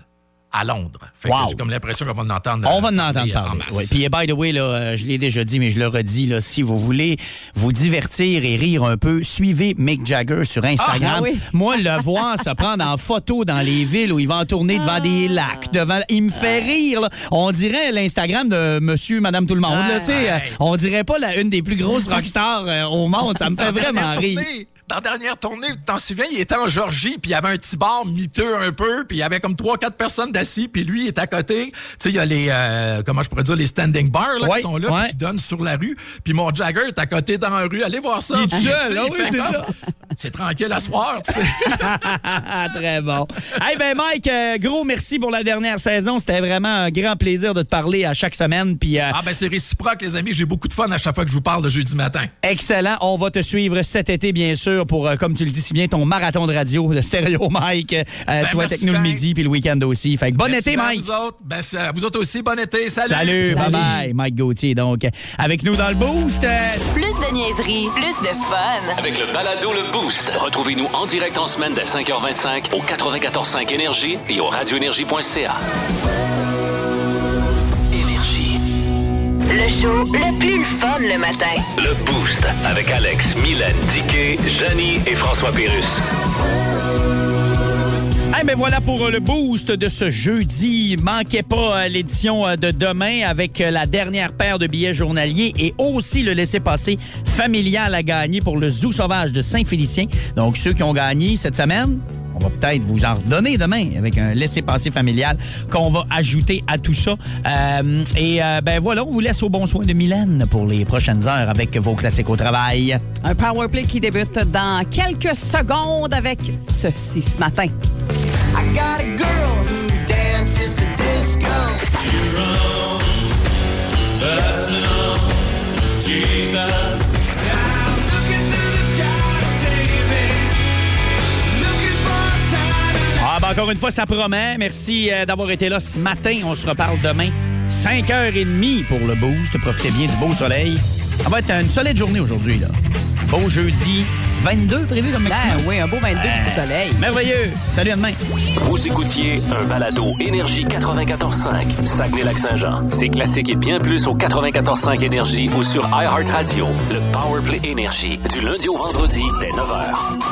Q: à Londres. Fait que
C: Wow.
Q: j'ai comme l'impression qu'on va en entendre. euh,
C: On va en
Q: parler
C: entendre
Q: en
C: parler.
Q: masse.
C: ouais. Puis, eh, by the way, là, euh, je l'ai déjà dit, mais je le redis, là, si vous voulez vous divertir et rire un peu, suivez Mick Jagger sur Instagram.
O: Ah, ah oui.
C: Moi, le voir se prendre en photo dans les villes où il va en tourner devant
Q: Ah.
C: des lacs, devant, il me fait rire. là. On dirait l'Instagram de Monsieur, Madame Tout le Monde.
Q: Ah.
C: là, tu sais, euh, on dirait pas la une des plus grosses rockstars euh, au monde. Ça me fait
Q: Dans la
C: vraiment
Q: dernière
C: rire.
Q: tournée, Dans la dernière tournée, tu t'en souviens, il était en Georgie, puis il y avait un petit bar miteux un peu, puis il y avait comme trois, quatre personnes d'assis, puis lui, il est à côté. Tu sais, il y a les, euh, comment je pourrais dire, les standing bars là,
C: Ouais,
Q: qui sont là, puis qui donnent sur la rue. Puis mon Jagger est à côté dans la rue. Allez voir ça.
C: Il est
Q: Puis,
C: seul,
Q: tu sais,
C: ah
Q: il
C: oui,
Q: fait
C: c'est
Q: comme,
C: ça.
Q: C'est tranquille à soir, tu sais.
C: Ah, Très bon. Hey, ben Mike, euh, gros merci pour la dernière saison. C'était vraiment un grand plaisir de te parler à chaque semaine. Puis, euh,
Q: Ah ben c'est réciproque, les amis. J'ai beaucoup de fun à chaque fois que je vous parle le jeudi matin.
C: Excellent. On va te suivre cet été, bien sûr, pour, euh, comme tu le dis si bien, ton marathon de radio, le stéréo Mike. Euh, tu vas être avec
Q: Ben, merci
C: nous le
Q: bien.
C: midi puis le week-end aussi. Fait que bon été,
Q: Merci bien à
C: Mike.
Q: Vous autres, ben, c'est à vous autres aussi, bon été. Salut.
C: bye-bye. Mike Gauthier, donc, euh, avec nous dans le boost. euh,
B: Plus de niaiserie, plus de fun.
A: Avec le balado Le Boost, retrouvez-nous en direct en semaine dès 5h25 au 94.5 Énergie et au radioénergie.ca.
B: Le show le plus fun le matin.
A: Le Boost avec Alex, Mylène, Diquet, Janie et François Pérus.
C: Eh ben voilà pour euh, le boost de ce jeudi. Manquez pas euh, l'édition euh, de demain avec euh, la dernière paire de billets journaliers et aussi le laissez-passer familial à gagner pour le Zoo sauvage de Saint-Félicien. Donc ceux qui ont gagné cette semaine, on va peut-être vous en redonner demain avec un laissez-passer familial qu'on va ajouter à tout ça. Euh, et euh, ben voilà, on vous laisse au bon soin de Mylène pour les prochaines heures avec vos classiques au travail.
D: Un power play qui débute dans quelques secondes avec ceci ce matin.
O: I got a girl who dances to disco. You're wrong, but I know Jesus. I'm looking to the sky to save me. Looking for a sign of
C: Ah, ben encore une fois, ça promet. Merci euh, d'avoir été là ce matin. On se reparle demain, 5h30 pour le boost. Profitez bien du beau soleil. Ça va être une solide journée aujourd'hui. là. Beau jeudi, 22 prévu comme maximum.
D: Ben oui, un beau 22
A: du
D: soleil.
C: Merveilleux. Salut à demain.
A: Vous écoutiez un balado Énergie 94.5, Saguenay-Lac-Saint-Jean. C'est classique et bien plus au 94.5 Énergie ou sur iHeartRadio. Le Powerplay Énergie, du lundi au vendredi, dès 9h.